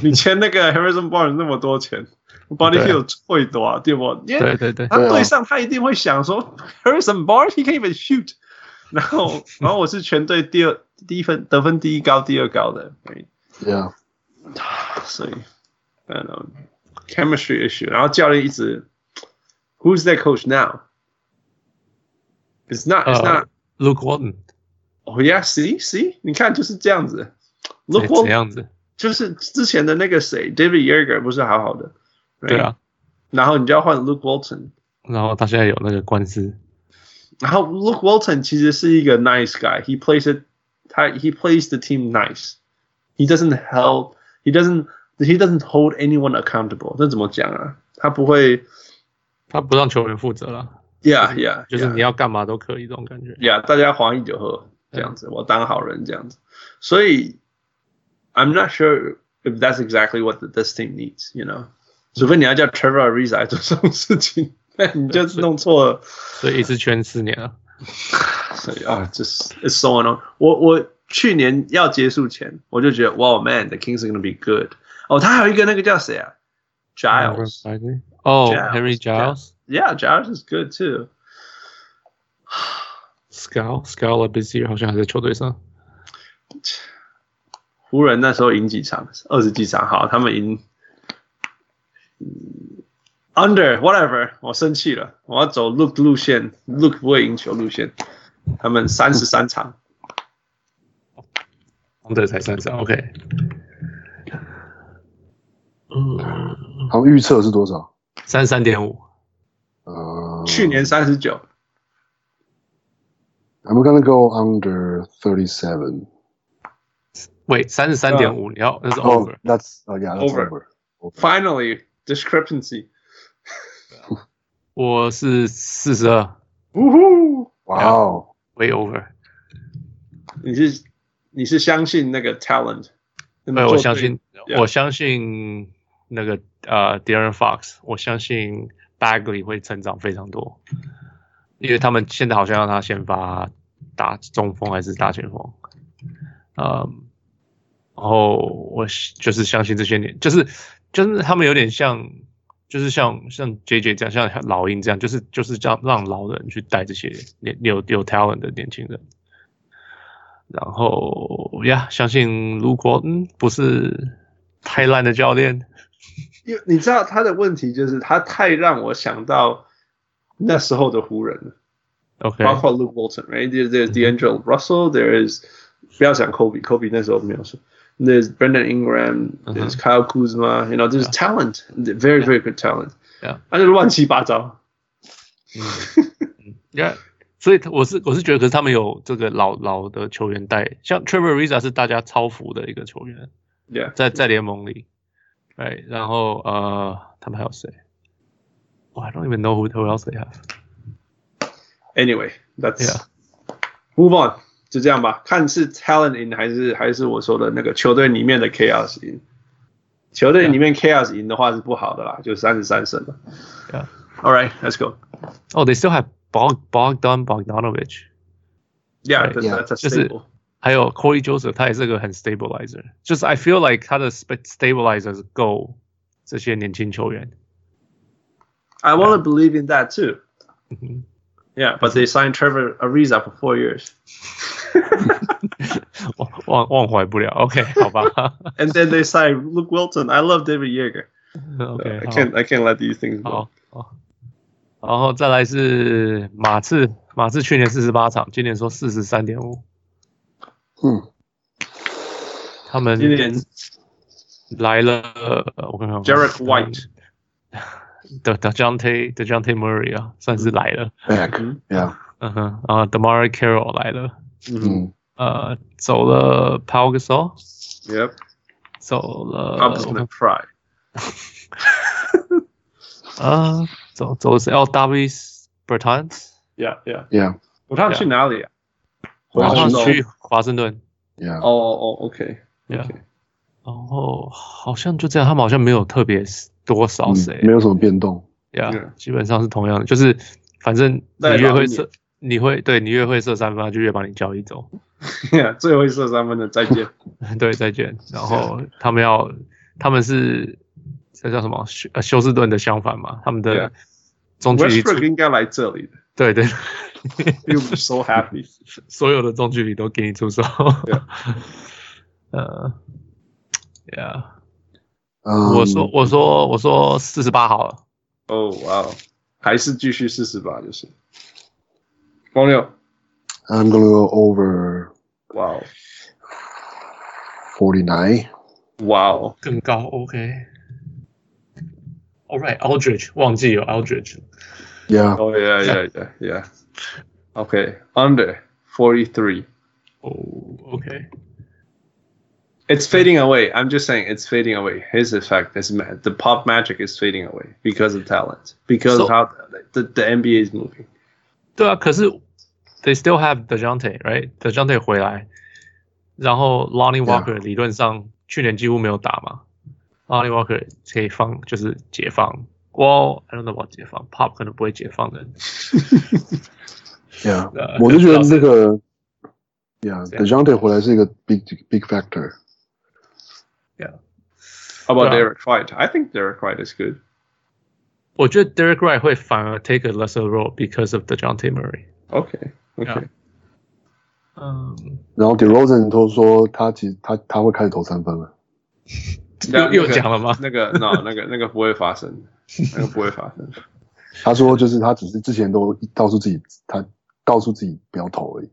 你签那个 Harrison Barnes 那么多钱，Body
对
Hill 会多，对不？因为
对对对
他
对啊
对上他一定会想说 Harrison Barnes he can even shoot，然 Oh, 后然后我是全队第二第一分得分第一高第二高的，right？
yeah
所以 I don't know chemistry issue，然后教练一直 Who's that coach now? It's not, it's
呃
not.
，Luke Walton
Oh yeah, see, see，你看就是这样子。
怎
Look
怎
what
样子？
就是之前的那个谁，David Yeager 不是好好的，
对
right？
啊，
然后你就要换 Luke Walton，
然后他现在有那个官司。
然后 Luke Walton 其实是一个 nice guy，he plays it，他 he plays the team nice，he doesn't help，he doesn't he doesn't hold anyone accountable，这怎么讲啊？他不会
他不让球员负责了，
，yeah yeah，
就是你
要
要干嘛都可以这种感觉。
yeah，大家黄一酒喝这样子，我当好人这样子，所以 I'm not sure if that's exactly what this team needs，you know，除非你要叫 Trevor Ariza 来做这种事情， 那你就弄错了。
所以一次圈四年了。
所以啊，就是 it's so on。我我去年要结束前，我就觉得 wow man the Kings are gonna be good。哦，他还有一个那个叫谁啊？Giles。
哦
Giles，
，Henry Giles。
Yeah, Giles is good too.
Scal Scal Labissier 好像还在球队上，
湖人那时候赢几场？二十几场。好，他们赢。嗯 Under whatever，我生气了，我要走 Look 路线，Look 不会赢球路线。他们三十三场，
对，才三场。OK。嗯，
Mm.
他们预测是多少？
三三点五。
呃，
去年三十九，
I'm gonna go under thirty seven.
喂，三十三点五，你要那是
Oh,
over。
that's oh yeah, that's
Over.
over.
Finally discrepancy，
我是四十二
呜呼！
Wow.
，way over。
你是你是相信那个 talent？
对，哎我相信，
Yeah
我相信那个呃，Darren Fox，我相信 Bagley 会成长非常多，因为他们现在好像让他先发打中锋还是打前锋，呃嗯，然后我是就是相信这些年，就是就是他们有点像，就是像像 JJ 这样，像老鹰这样，就是就是这样让老人去带这些年有有 talent 的年轻人。然后呀，相信如果嗯不是太烂的教练，
因为你知道他的问题就是他太让我想到那时候的湖人了，
，OK，
包括 Luke Walton，right？There's there's D'Angelo Russell，there is 不要讲 Kobe，Kobe 那时候没有说。There's Brendan Ingram, there's Kyle Kuzma, you know, there's talent, very, very good talent.
Yeah.
但是乱七八糟。
Yeah，所以他我是我是觉得，可是他们有这个老老的球员带，像 Trevor Ariza 是大家超服的一个球员，
Yeah，
在在联盟里，哎，然后呃，他们还有谁？Oh, I don't even know who who else they have.
Anyway, that's
Yeah.
move on，就这样吧。看是 talent 赢还是还是我说的那个球队里面的 chaos 赢。球队里面 chaos 赢的话是不好的啦，就三十三胜了。
Yeah.
All right, let's go.
Oh, they still have Bog Bogdan Bogdanovich，
Yeah,
Right.
that's,
Yeah.
that's a
就是
stable.
还有 Corey Joseph，他也是个很 stabilizer，就是 I feel like 他的 sp- stabilizer 够这些年轻球员。
I want to believe in that too.
嗯哼
Yeah, but they signed Trevor Ariza for four years,
忘忘忘怀不了，OK，好吧
and then they signed Luke Wilton. I love David Yeager.
，OK，
I
好
can't I can't let these things go.
好，好，然后再来是马刺，马刺去年四十八场，今年说四十三点五，
嗯，
他们
今年
来了，呃我看看
Jarrett White
的的 Jante 的 Jante Murray 啊，算是来了，
Mm-hmm.
back，yeah，Mm.
嗯哼，然后 Demar Carroll 来了，Mm-hmm.
嗯
嗯
呃，走了 Paul Gasol，
，Yep,
走了
I'm just gonna cry.
啊，走走了谁？哦，Davis Bertans，
Yeah, yeah.
，yeah，
我他们去哪里啊？
我要
然
去
后去华盛顿，
哦
yeah，
哦，OK，
对啊
OK
然后好像就这样，他们好像没有特别多少
嗯
谁，
没有什么变动，
呀
Yeah
基本上是同样的，就是反正你
再
越
老一
会
点
射，你会对你越会射三分，他就越把你交易走。
Yeah，最后一射三分的再见。
对，再见。然后他们要，他们是这叫什么？休呃休斯顿的相反嘛，他们
Yeah
的中距离，
啊 Westbrook 应该来这里的
对 对，
，He'll be so happy。
所有的中距离都给你出手
Yeah。
呃，Yeah，
嗯，
我说我说我说四十八好了，
哦，哇哦，还是继续四十八就是。光六，
I'm gonna go over
哇哦，
forty nine，
哇哦，
更高，OK。All right，Aldridge 忘记有 Aldridge，
yeah，
哦，yeah Oh, yeah yeah yeah。OK，under forty three。
哦，OK。
It's fading away. I'm just saying it's fading away. His effect is ma- the pop magic is fading away because of talent, because
So-
of how the, the NBA is moving.
对啊，可是 they still have Dejounte right？Dejounte 回来，然后 Lonnie
Yeah.
Walker 理论上去年几乎没有打嘛，Lonnie Walker 可以放就是解放。Well, I don't know about 解放，Pop 可能不会解放的。
yeah，
呃
我就觉得那
可是
个，yeah，
这
d e
样
j o n t e 回来是一个 big big factor，
How about
Yeah.
Derek White? I think Derek White is good.
我觉得 Derek Wright 会反而 take a lesser role because of Dejounte Murray。
Okay. Okay.
Yeah. 嗯，
然后 DeRozan 都说他其实他他会开始投三分了，
那
又又
那个
讲了吗？
那个 no，那个那个不会发生，那个不会发生。
他说就是他只是之前都告诉自己他告诉自己不要投而已，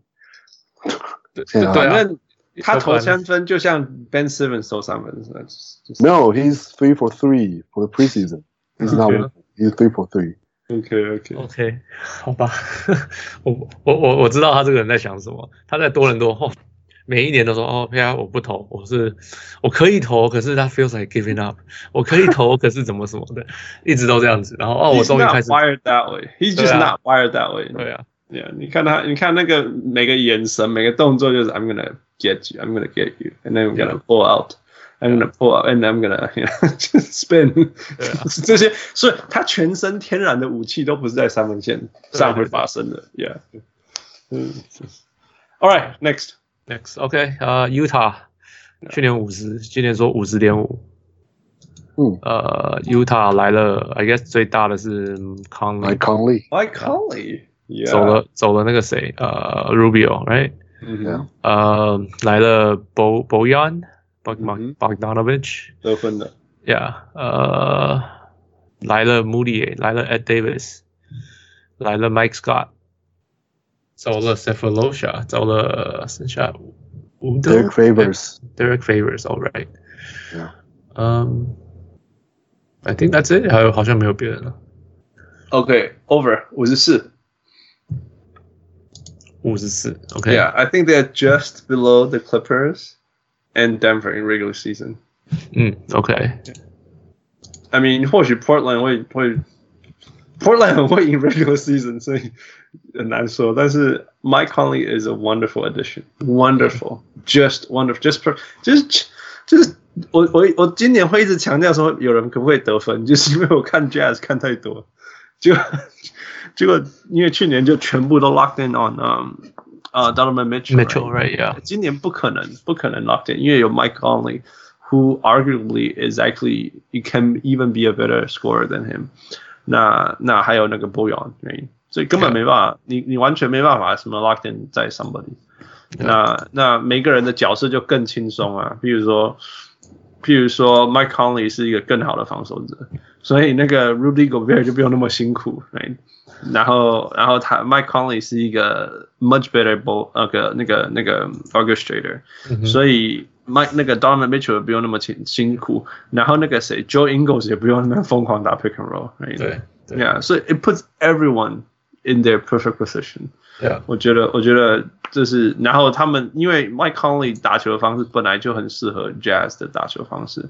对
现在
对
反
啊，
正他投三分就像 Ben Simmons 投三分，那就是
没有，he's three for three for the preseason，he's not
Okay.
he's three for three，
OK OK。
OK，好吧， 我我我我知道他这个人在想什么。他在多伦多后，每一年都说哦，p 啊，我不投，我是我可以投，可是他 feels like giving up。我可以投，可是怎么什么的，一直都这样子。然后哦，我
He's
终于
not
开始
wired that way. He's
对
just
啊
not wired that way.
对啊，
Yeah，你看他，你看那个每个眼神、每个动作，就是 I'm gonna get you, I'm gonna get you, and then I'm gonna pull out, I'm gonna pull out, and I'm gonna you know, just spin
对啊。
这些，所以他全身天然的武器都不是在三分线上会发生的。Yeah，嗯，All right, next.
Next，OK，、呃，Utah，去年五十，今年说五十点五。
嗯
呃，Utah 来了，I guess 最大的是 Conley，
，Mike Conley，
Mike Conley，yeah,
走了走了那个谁，呃，Rubio，right？
嗯
对啊
哼，
呃，Um, 来了 Bo Bojan
嗯
Bog
哼
Bogdanovic，yeah，
得分的，
呃，来了 Moody，来了 Ed Davis，来了 Mike Scott，走了 Cephalosha，走了剩下五个
Derek Favors
Derek Favors，all right。
对啊
嗯，I think that's it，还有好像没有别人了。
OK，over 五十四。
五十四，OK，
Yeah, I think they're just below the Clippers and Denver in regular season.
嗯，OK，
I mean，或 许 Portland 会会 Portland 很会 in regular season，所以很难说。但是 Mike Conley is a wonderful addition, wonderful, just wonderful, just per, 就是就是我我我今年会一直强调说有人可不可以得分， 就是因为我看 Jazz 看太多，就结果因为去年就全部都 locked in on 嗯、呃 Donovan Mitchell, right?
Mitchell，right，yeah，
今年不可能不可能 locked in，因为有 Mike Conley。Who arguably is actually you can even be a better scorer than him？那那还有那个 Boyan，right？所以根本
Yeah.
没办法，你你完全没办法什么 locked in 在 somebody。
Yeah.
那那每个人的角色就更轻松啊，比如说，譬如说 Mike Conley 是一个更好的防守者，所以那个 Rudy Gobert 就不用那么辛苦，right？然后，然后他 Mike Conley 是一个 much better ball 那个那个那个 orchestrator，、
嗯哼
所以 Mike 那个 Donovan Mitchell 也不用那么辛辛苦，然后那个谁 Joe Ingles 也不用那么疯狂打 pick and roll，right？
对对
Yeah, so it puts everyone in their perfect position.
，yeah，
我觉得，我觉得这是，然后他们因为 Mike Conley 打球的方式本来就很适合 Jazz 的打球方式，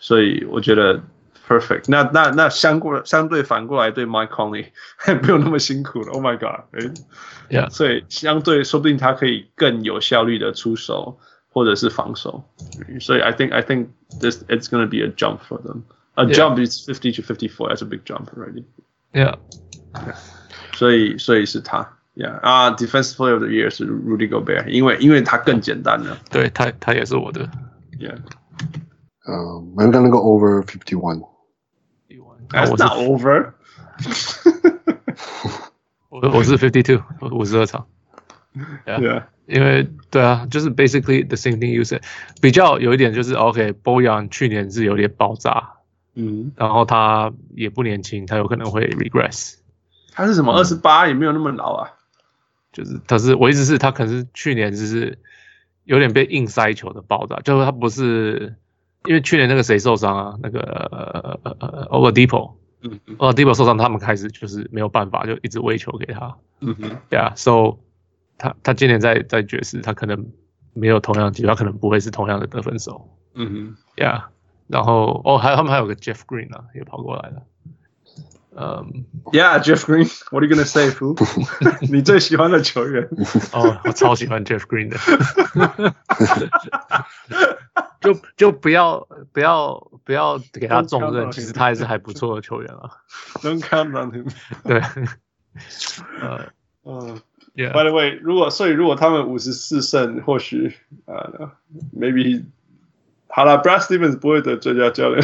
所以我觉得 perfect 那。那那相过相对反过来对 Mike Conley 不用那么辛苦了。Oh my god！哎
Yeah
所以相对说不定他可以更有效率的出手或者是防守。所以 I think I think this it's going to be a jump for them. A
Yeah.
jump is fifty to fifty four. That's a big jump already.
yeah，
所以所以是他，Yeah 啊、d e f e n s e Player of the Year 是 Rudy Gobert，因为因为他更简单了
对他他也是我的
，Yeah，
呃，蛮刚那个 over fifty one，
啊
That's
我是
not over
我我是 fifty two，五十二场，Yeah
Yeah，
因为对啊，就是 basically the same thing you said，比较有一点就是 OK，Bojan 去年是有点爆炸，
嗯，
然后他也不年轻，他有可能会 regress。
他是什么二十八也没有那么老啊，
就是他是我意思是，他可能是去年就是有点被硬塞球的爆炸，就是他不是因为去年那个谁受伤啊，那个呃呃呃 Oladipo
嗯哼
Oladipo 受伤，他们开始就是没有办法，就一直喂球给他，
嗯哼，
对啊，so 他他今年在在爵士，他可能没有同样的机会，他可能不会是同样的得分手
嗯
，yeah，然后哦还有他们还有个 Jeff Green 啊，也跑过来了，嗯，
哼，Yeah，Jeff Green，What are you gonna say f o o 你最喜欢的球 员，
哦，我超喜欢 Jeff Green 的，就就不要不要不要给他重任，其实他还是还不错的球员啊。
Don't count on him。
对，呃
嗯，By
，Yeah，
the way，如果所以如果他们五十四胜，或许啊，maybe 好了，Brad Stevens 不会得最佳教练。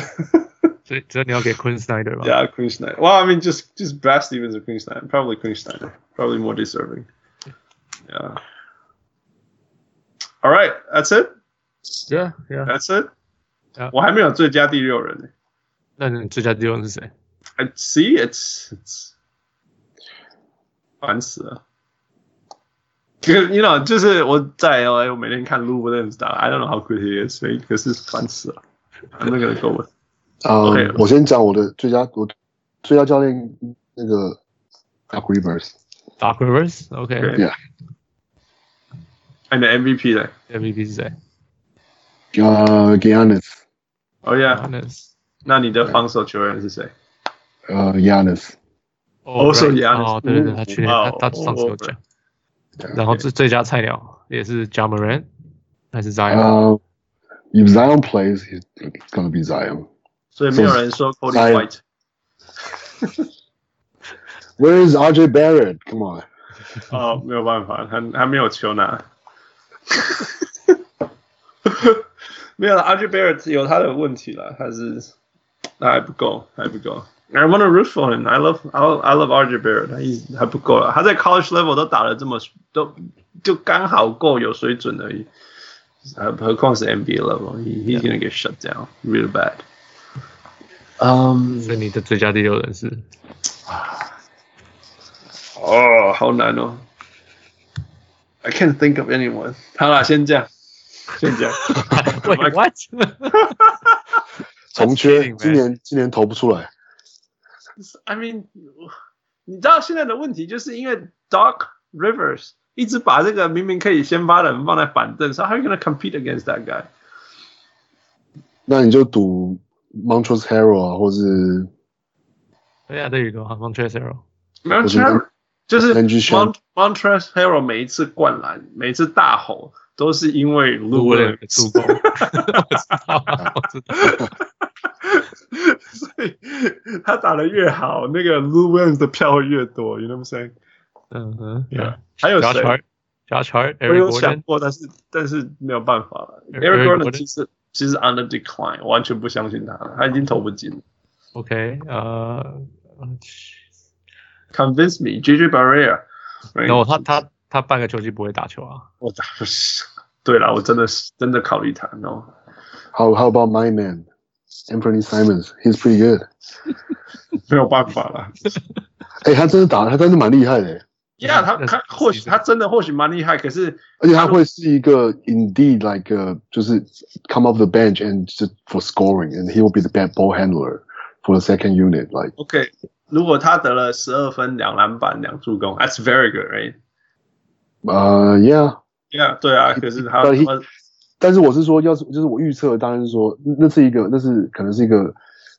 所以所以你要给 Quinn Snyder 吧
Yeah, Queen Snyder. Well, I mean, just just Brad Stevens or Queen Snyder. Probably Queen Snyder. Probably more deserving. Yeah. All right, that's it.
，Yeah，Yeah。
That's it.
Yeah.
我还没有最佳第六人呢。
那你最佳第六人是谁？
I see it's it's 烦死了。Because you know, 就是我在 LA, 我每天看 Lou Williams 打 I don't know how good he is, 所以可是烦死了。I'm not gonna go with.
呃
OK，
我先讲我的最佳我最佳教练那个 Doc Rivers，Yeah，
Dark Rivers，OK，MVP
Okay. And the MVP 呢？
是谁
呃 g i a n n i s
Oh yeah，
？Honest。
那你的防守球员是谁？
呃 g i a n n i s
Also
right
Giannis
哦，对对对，他去年
哇
他
哦
他上次有讲
Yeah，。
然后最最佳菜鸟也是 Jamaran 还是 Zion？
呃，If Zion plays, he's gonna be Zion.
所以没有人说 Cody
Zion
White。
Where is RJ Barrett? Come on.
哦，没有办法，他他没有球拿。没有了，RJ Barrett 有他的问题了，他是那还不够，还不够。I want to root for him. I love, I love, I love RJ Barrett. 他一还不够了，他在 college level 都打得这么都就刚好够有水准而已。呃，何况是 NBA level, he he's gonna get shut down real bad. 嗯，
所以你的最佳第六人是
哦，好难哦。I can't think of anyone. 好啦，先这样，先这样。
Wait, what？
重缺，
That's cheating, man.
今年今年投不出来。
I mean，你知道现在的问题就是因为 Doc Rivers 一直把这个明明可以先发的人放在板凳上，how are you gonna compete against that guy？
那你就赌 Montrezl Harrell 啊，或是
对呀，对宇多啊，Montresor。
没有
我觉得
Trevor- 就是
Andrew
Mont
Shaw
Montrezl Harrell 每一次灌篮，每一次大吼，都是因为 l
卢
u
威
w
廉的助攻， 我知道，我知道。
所以他打得越好，那个 l u w i l l i a m 的票会越多，you know what I'm saying？
嗯哼
Yeah. 还有谁？
？Josh Hart，Eric
我有想
Gordon，
过，但是但是没有办法了。
Eric
Eric Gordon
Gordon
其实其实 on the decline，我完全不相信他了，他已经投不进了。
OK，呃
Convince me，JJ Barrea，right?
，No，他他他半个球季不会打球啊。
我打不是。对了，我真的是真的考虑他，no。
How How about my man Anthony Simons? He's pretty good.
没有办法了。
哎、他真的打，他真的蛮厉害的、
Yeah，他
那是
他或许他真的或许蛮厉害，可是
而且他会是一个 indeed like a, 就是 come off the bench and just for scoring and he will be the bad ball handler for the second unit like
OK，如果他得了十二分、两篮板、两助攻，That's very good，right？
呃 uh, yeah，
Yeah，对啊，可是他
But he-
他
但是我是说，要是就是我预测，当然是说那是一个那是可能是一个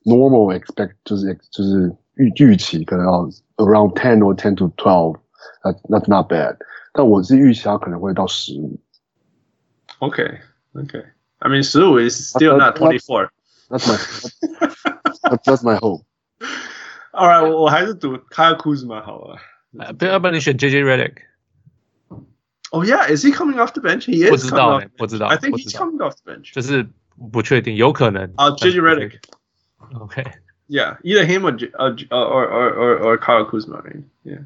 normal expect 就是 ex- 就是预预期可能要 around ten or ten to twelve，那 that's not bad，但我是预期他可能会到十五，
OK OK，I mean 十五 is still
But-
not
but-
twenty four。
that's my that's, that's my hope。
All right，我我还是赌 Kyle Kuzma 好了。
呃不要，要不然你选 JJ Redick，
Oh yeah，is he coming off the bench? He
不
is
知
coming off.
道欸，不知道，
I think
不
he's
知道，
coming off the bench.
就是不确定，有可能。
啊，JJ Uh, Redick。
OK，Yeah，
Yeah, either him or J- uh, J- or or or or Kyle Kuzma. Right? Yeah,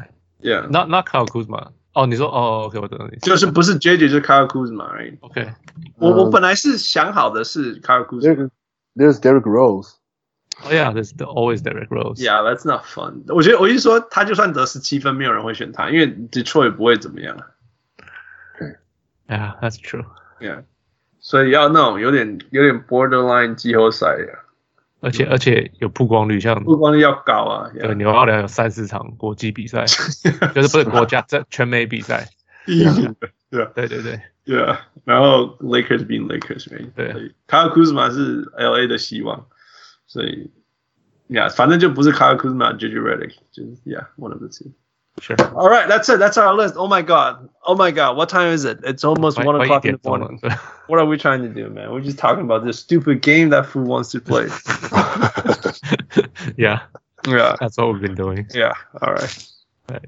yeah.
Not Not Kyle Kuzma。哦，你说哦，OK，我懂你。
就是不是 JJ 就是 Kyle Kuzma. Right?
OK，
我我
呃
本来是想好的是 Kyle Kuzma。
There- There's Derrick Rose。
哦，Yeah，there's always Derrick Rose。
Yeah, that's not fun. 我觉得我一直说他就算得十七分，没有人会选他，因为 Detroit 不会怎么样。
Yeah，that's true。
Yeah，所以要那种有点有点 borderline 季后赛呀、
而且而且有曝光率，像
不光是要高啊。
对
Yeah.
纽奥良有三四场国际比 赛， 就是不是国家这全美比赛。
第一名
对对对，
，Yeah，然后 Lakers 并 Lakers，right？
对
，Kyle Kuzma 是 LA 的希望，所以，Yeah，反正就不是 Kyle Kuzma，JJ Redick，就是 Yeah，one of the two。
是
All right, that's it. That's our list. Oh my god. Oh my god. What time is it? It's almost
快
one
快一
o'clock in
点
the
钟了
morning.。What are we trying to do, man? We're just talking about this stupid game that fool wants to play.
Yeah,
yeah.
that's what we've been doing.
Yeah. All right.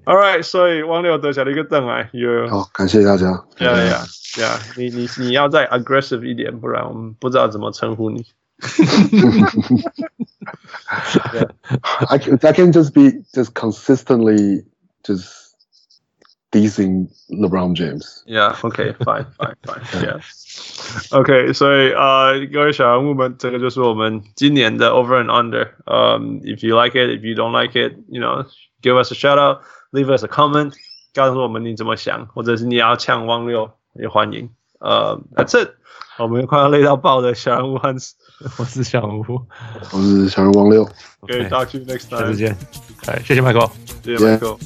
All right. 所以汪六得小了一个凳哎，You
好，感谢大家。
Yeah Yeah Yeah，你你你要再 aggressive 一点，不然我们不知道怎么称呼你。
I can, I can just be just consistently just teasing LeBron James.
Yeah. OK. Fine. Fine. Fine. Yeah. OK. 所以呃，各位小人物们，这个就是我们今年的 Over and Under。嗯，If you like it, if you don't like it, you know, give us a shout out, leave us a comment，告诉我们你怎么想，或者是你要呛汪六也欢迎。呃，That's it。我们快要累到爆的小人物和
我是小吴，
我是小人王六。
可以
OK，
talk to you next
下次
time。
见。哎，谢谢麦克。
Yeah,
Yeah.
Michael.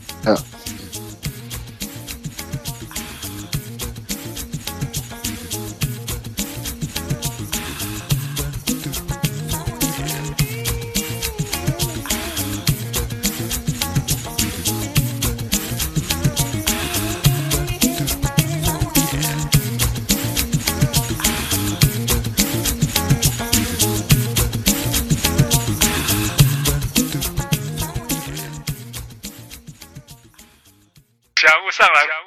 Chào buổi sáng lành.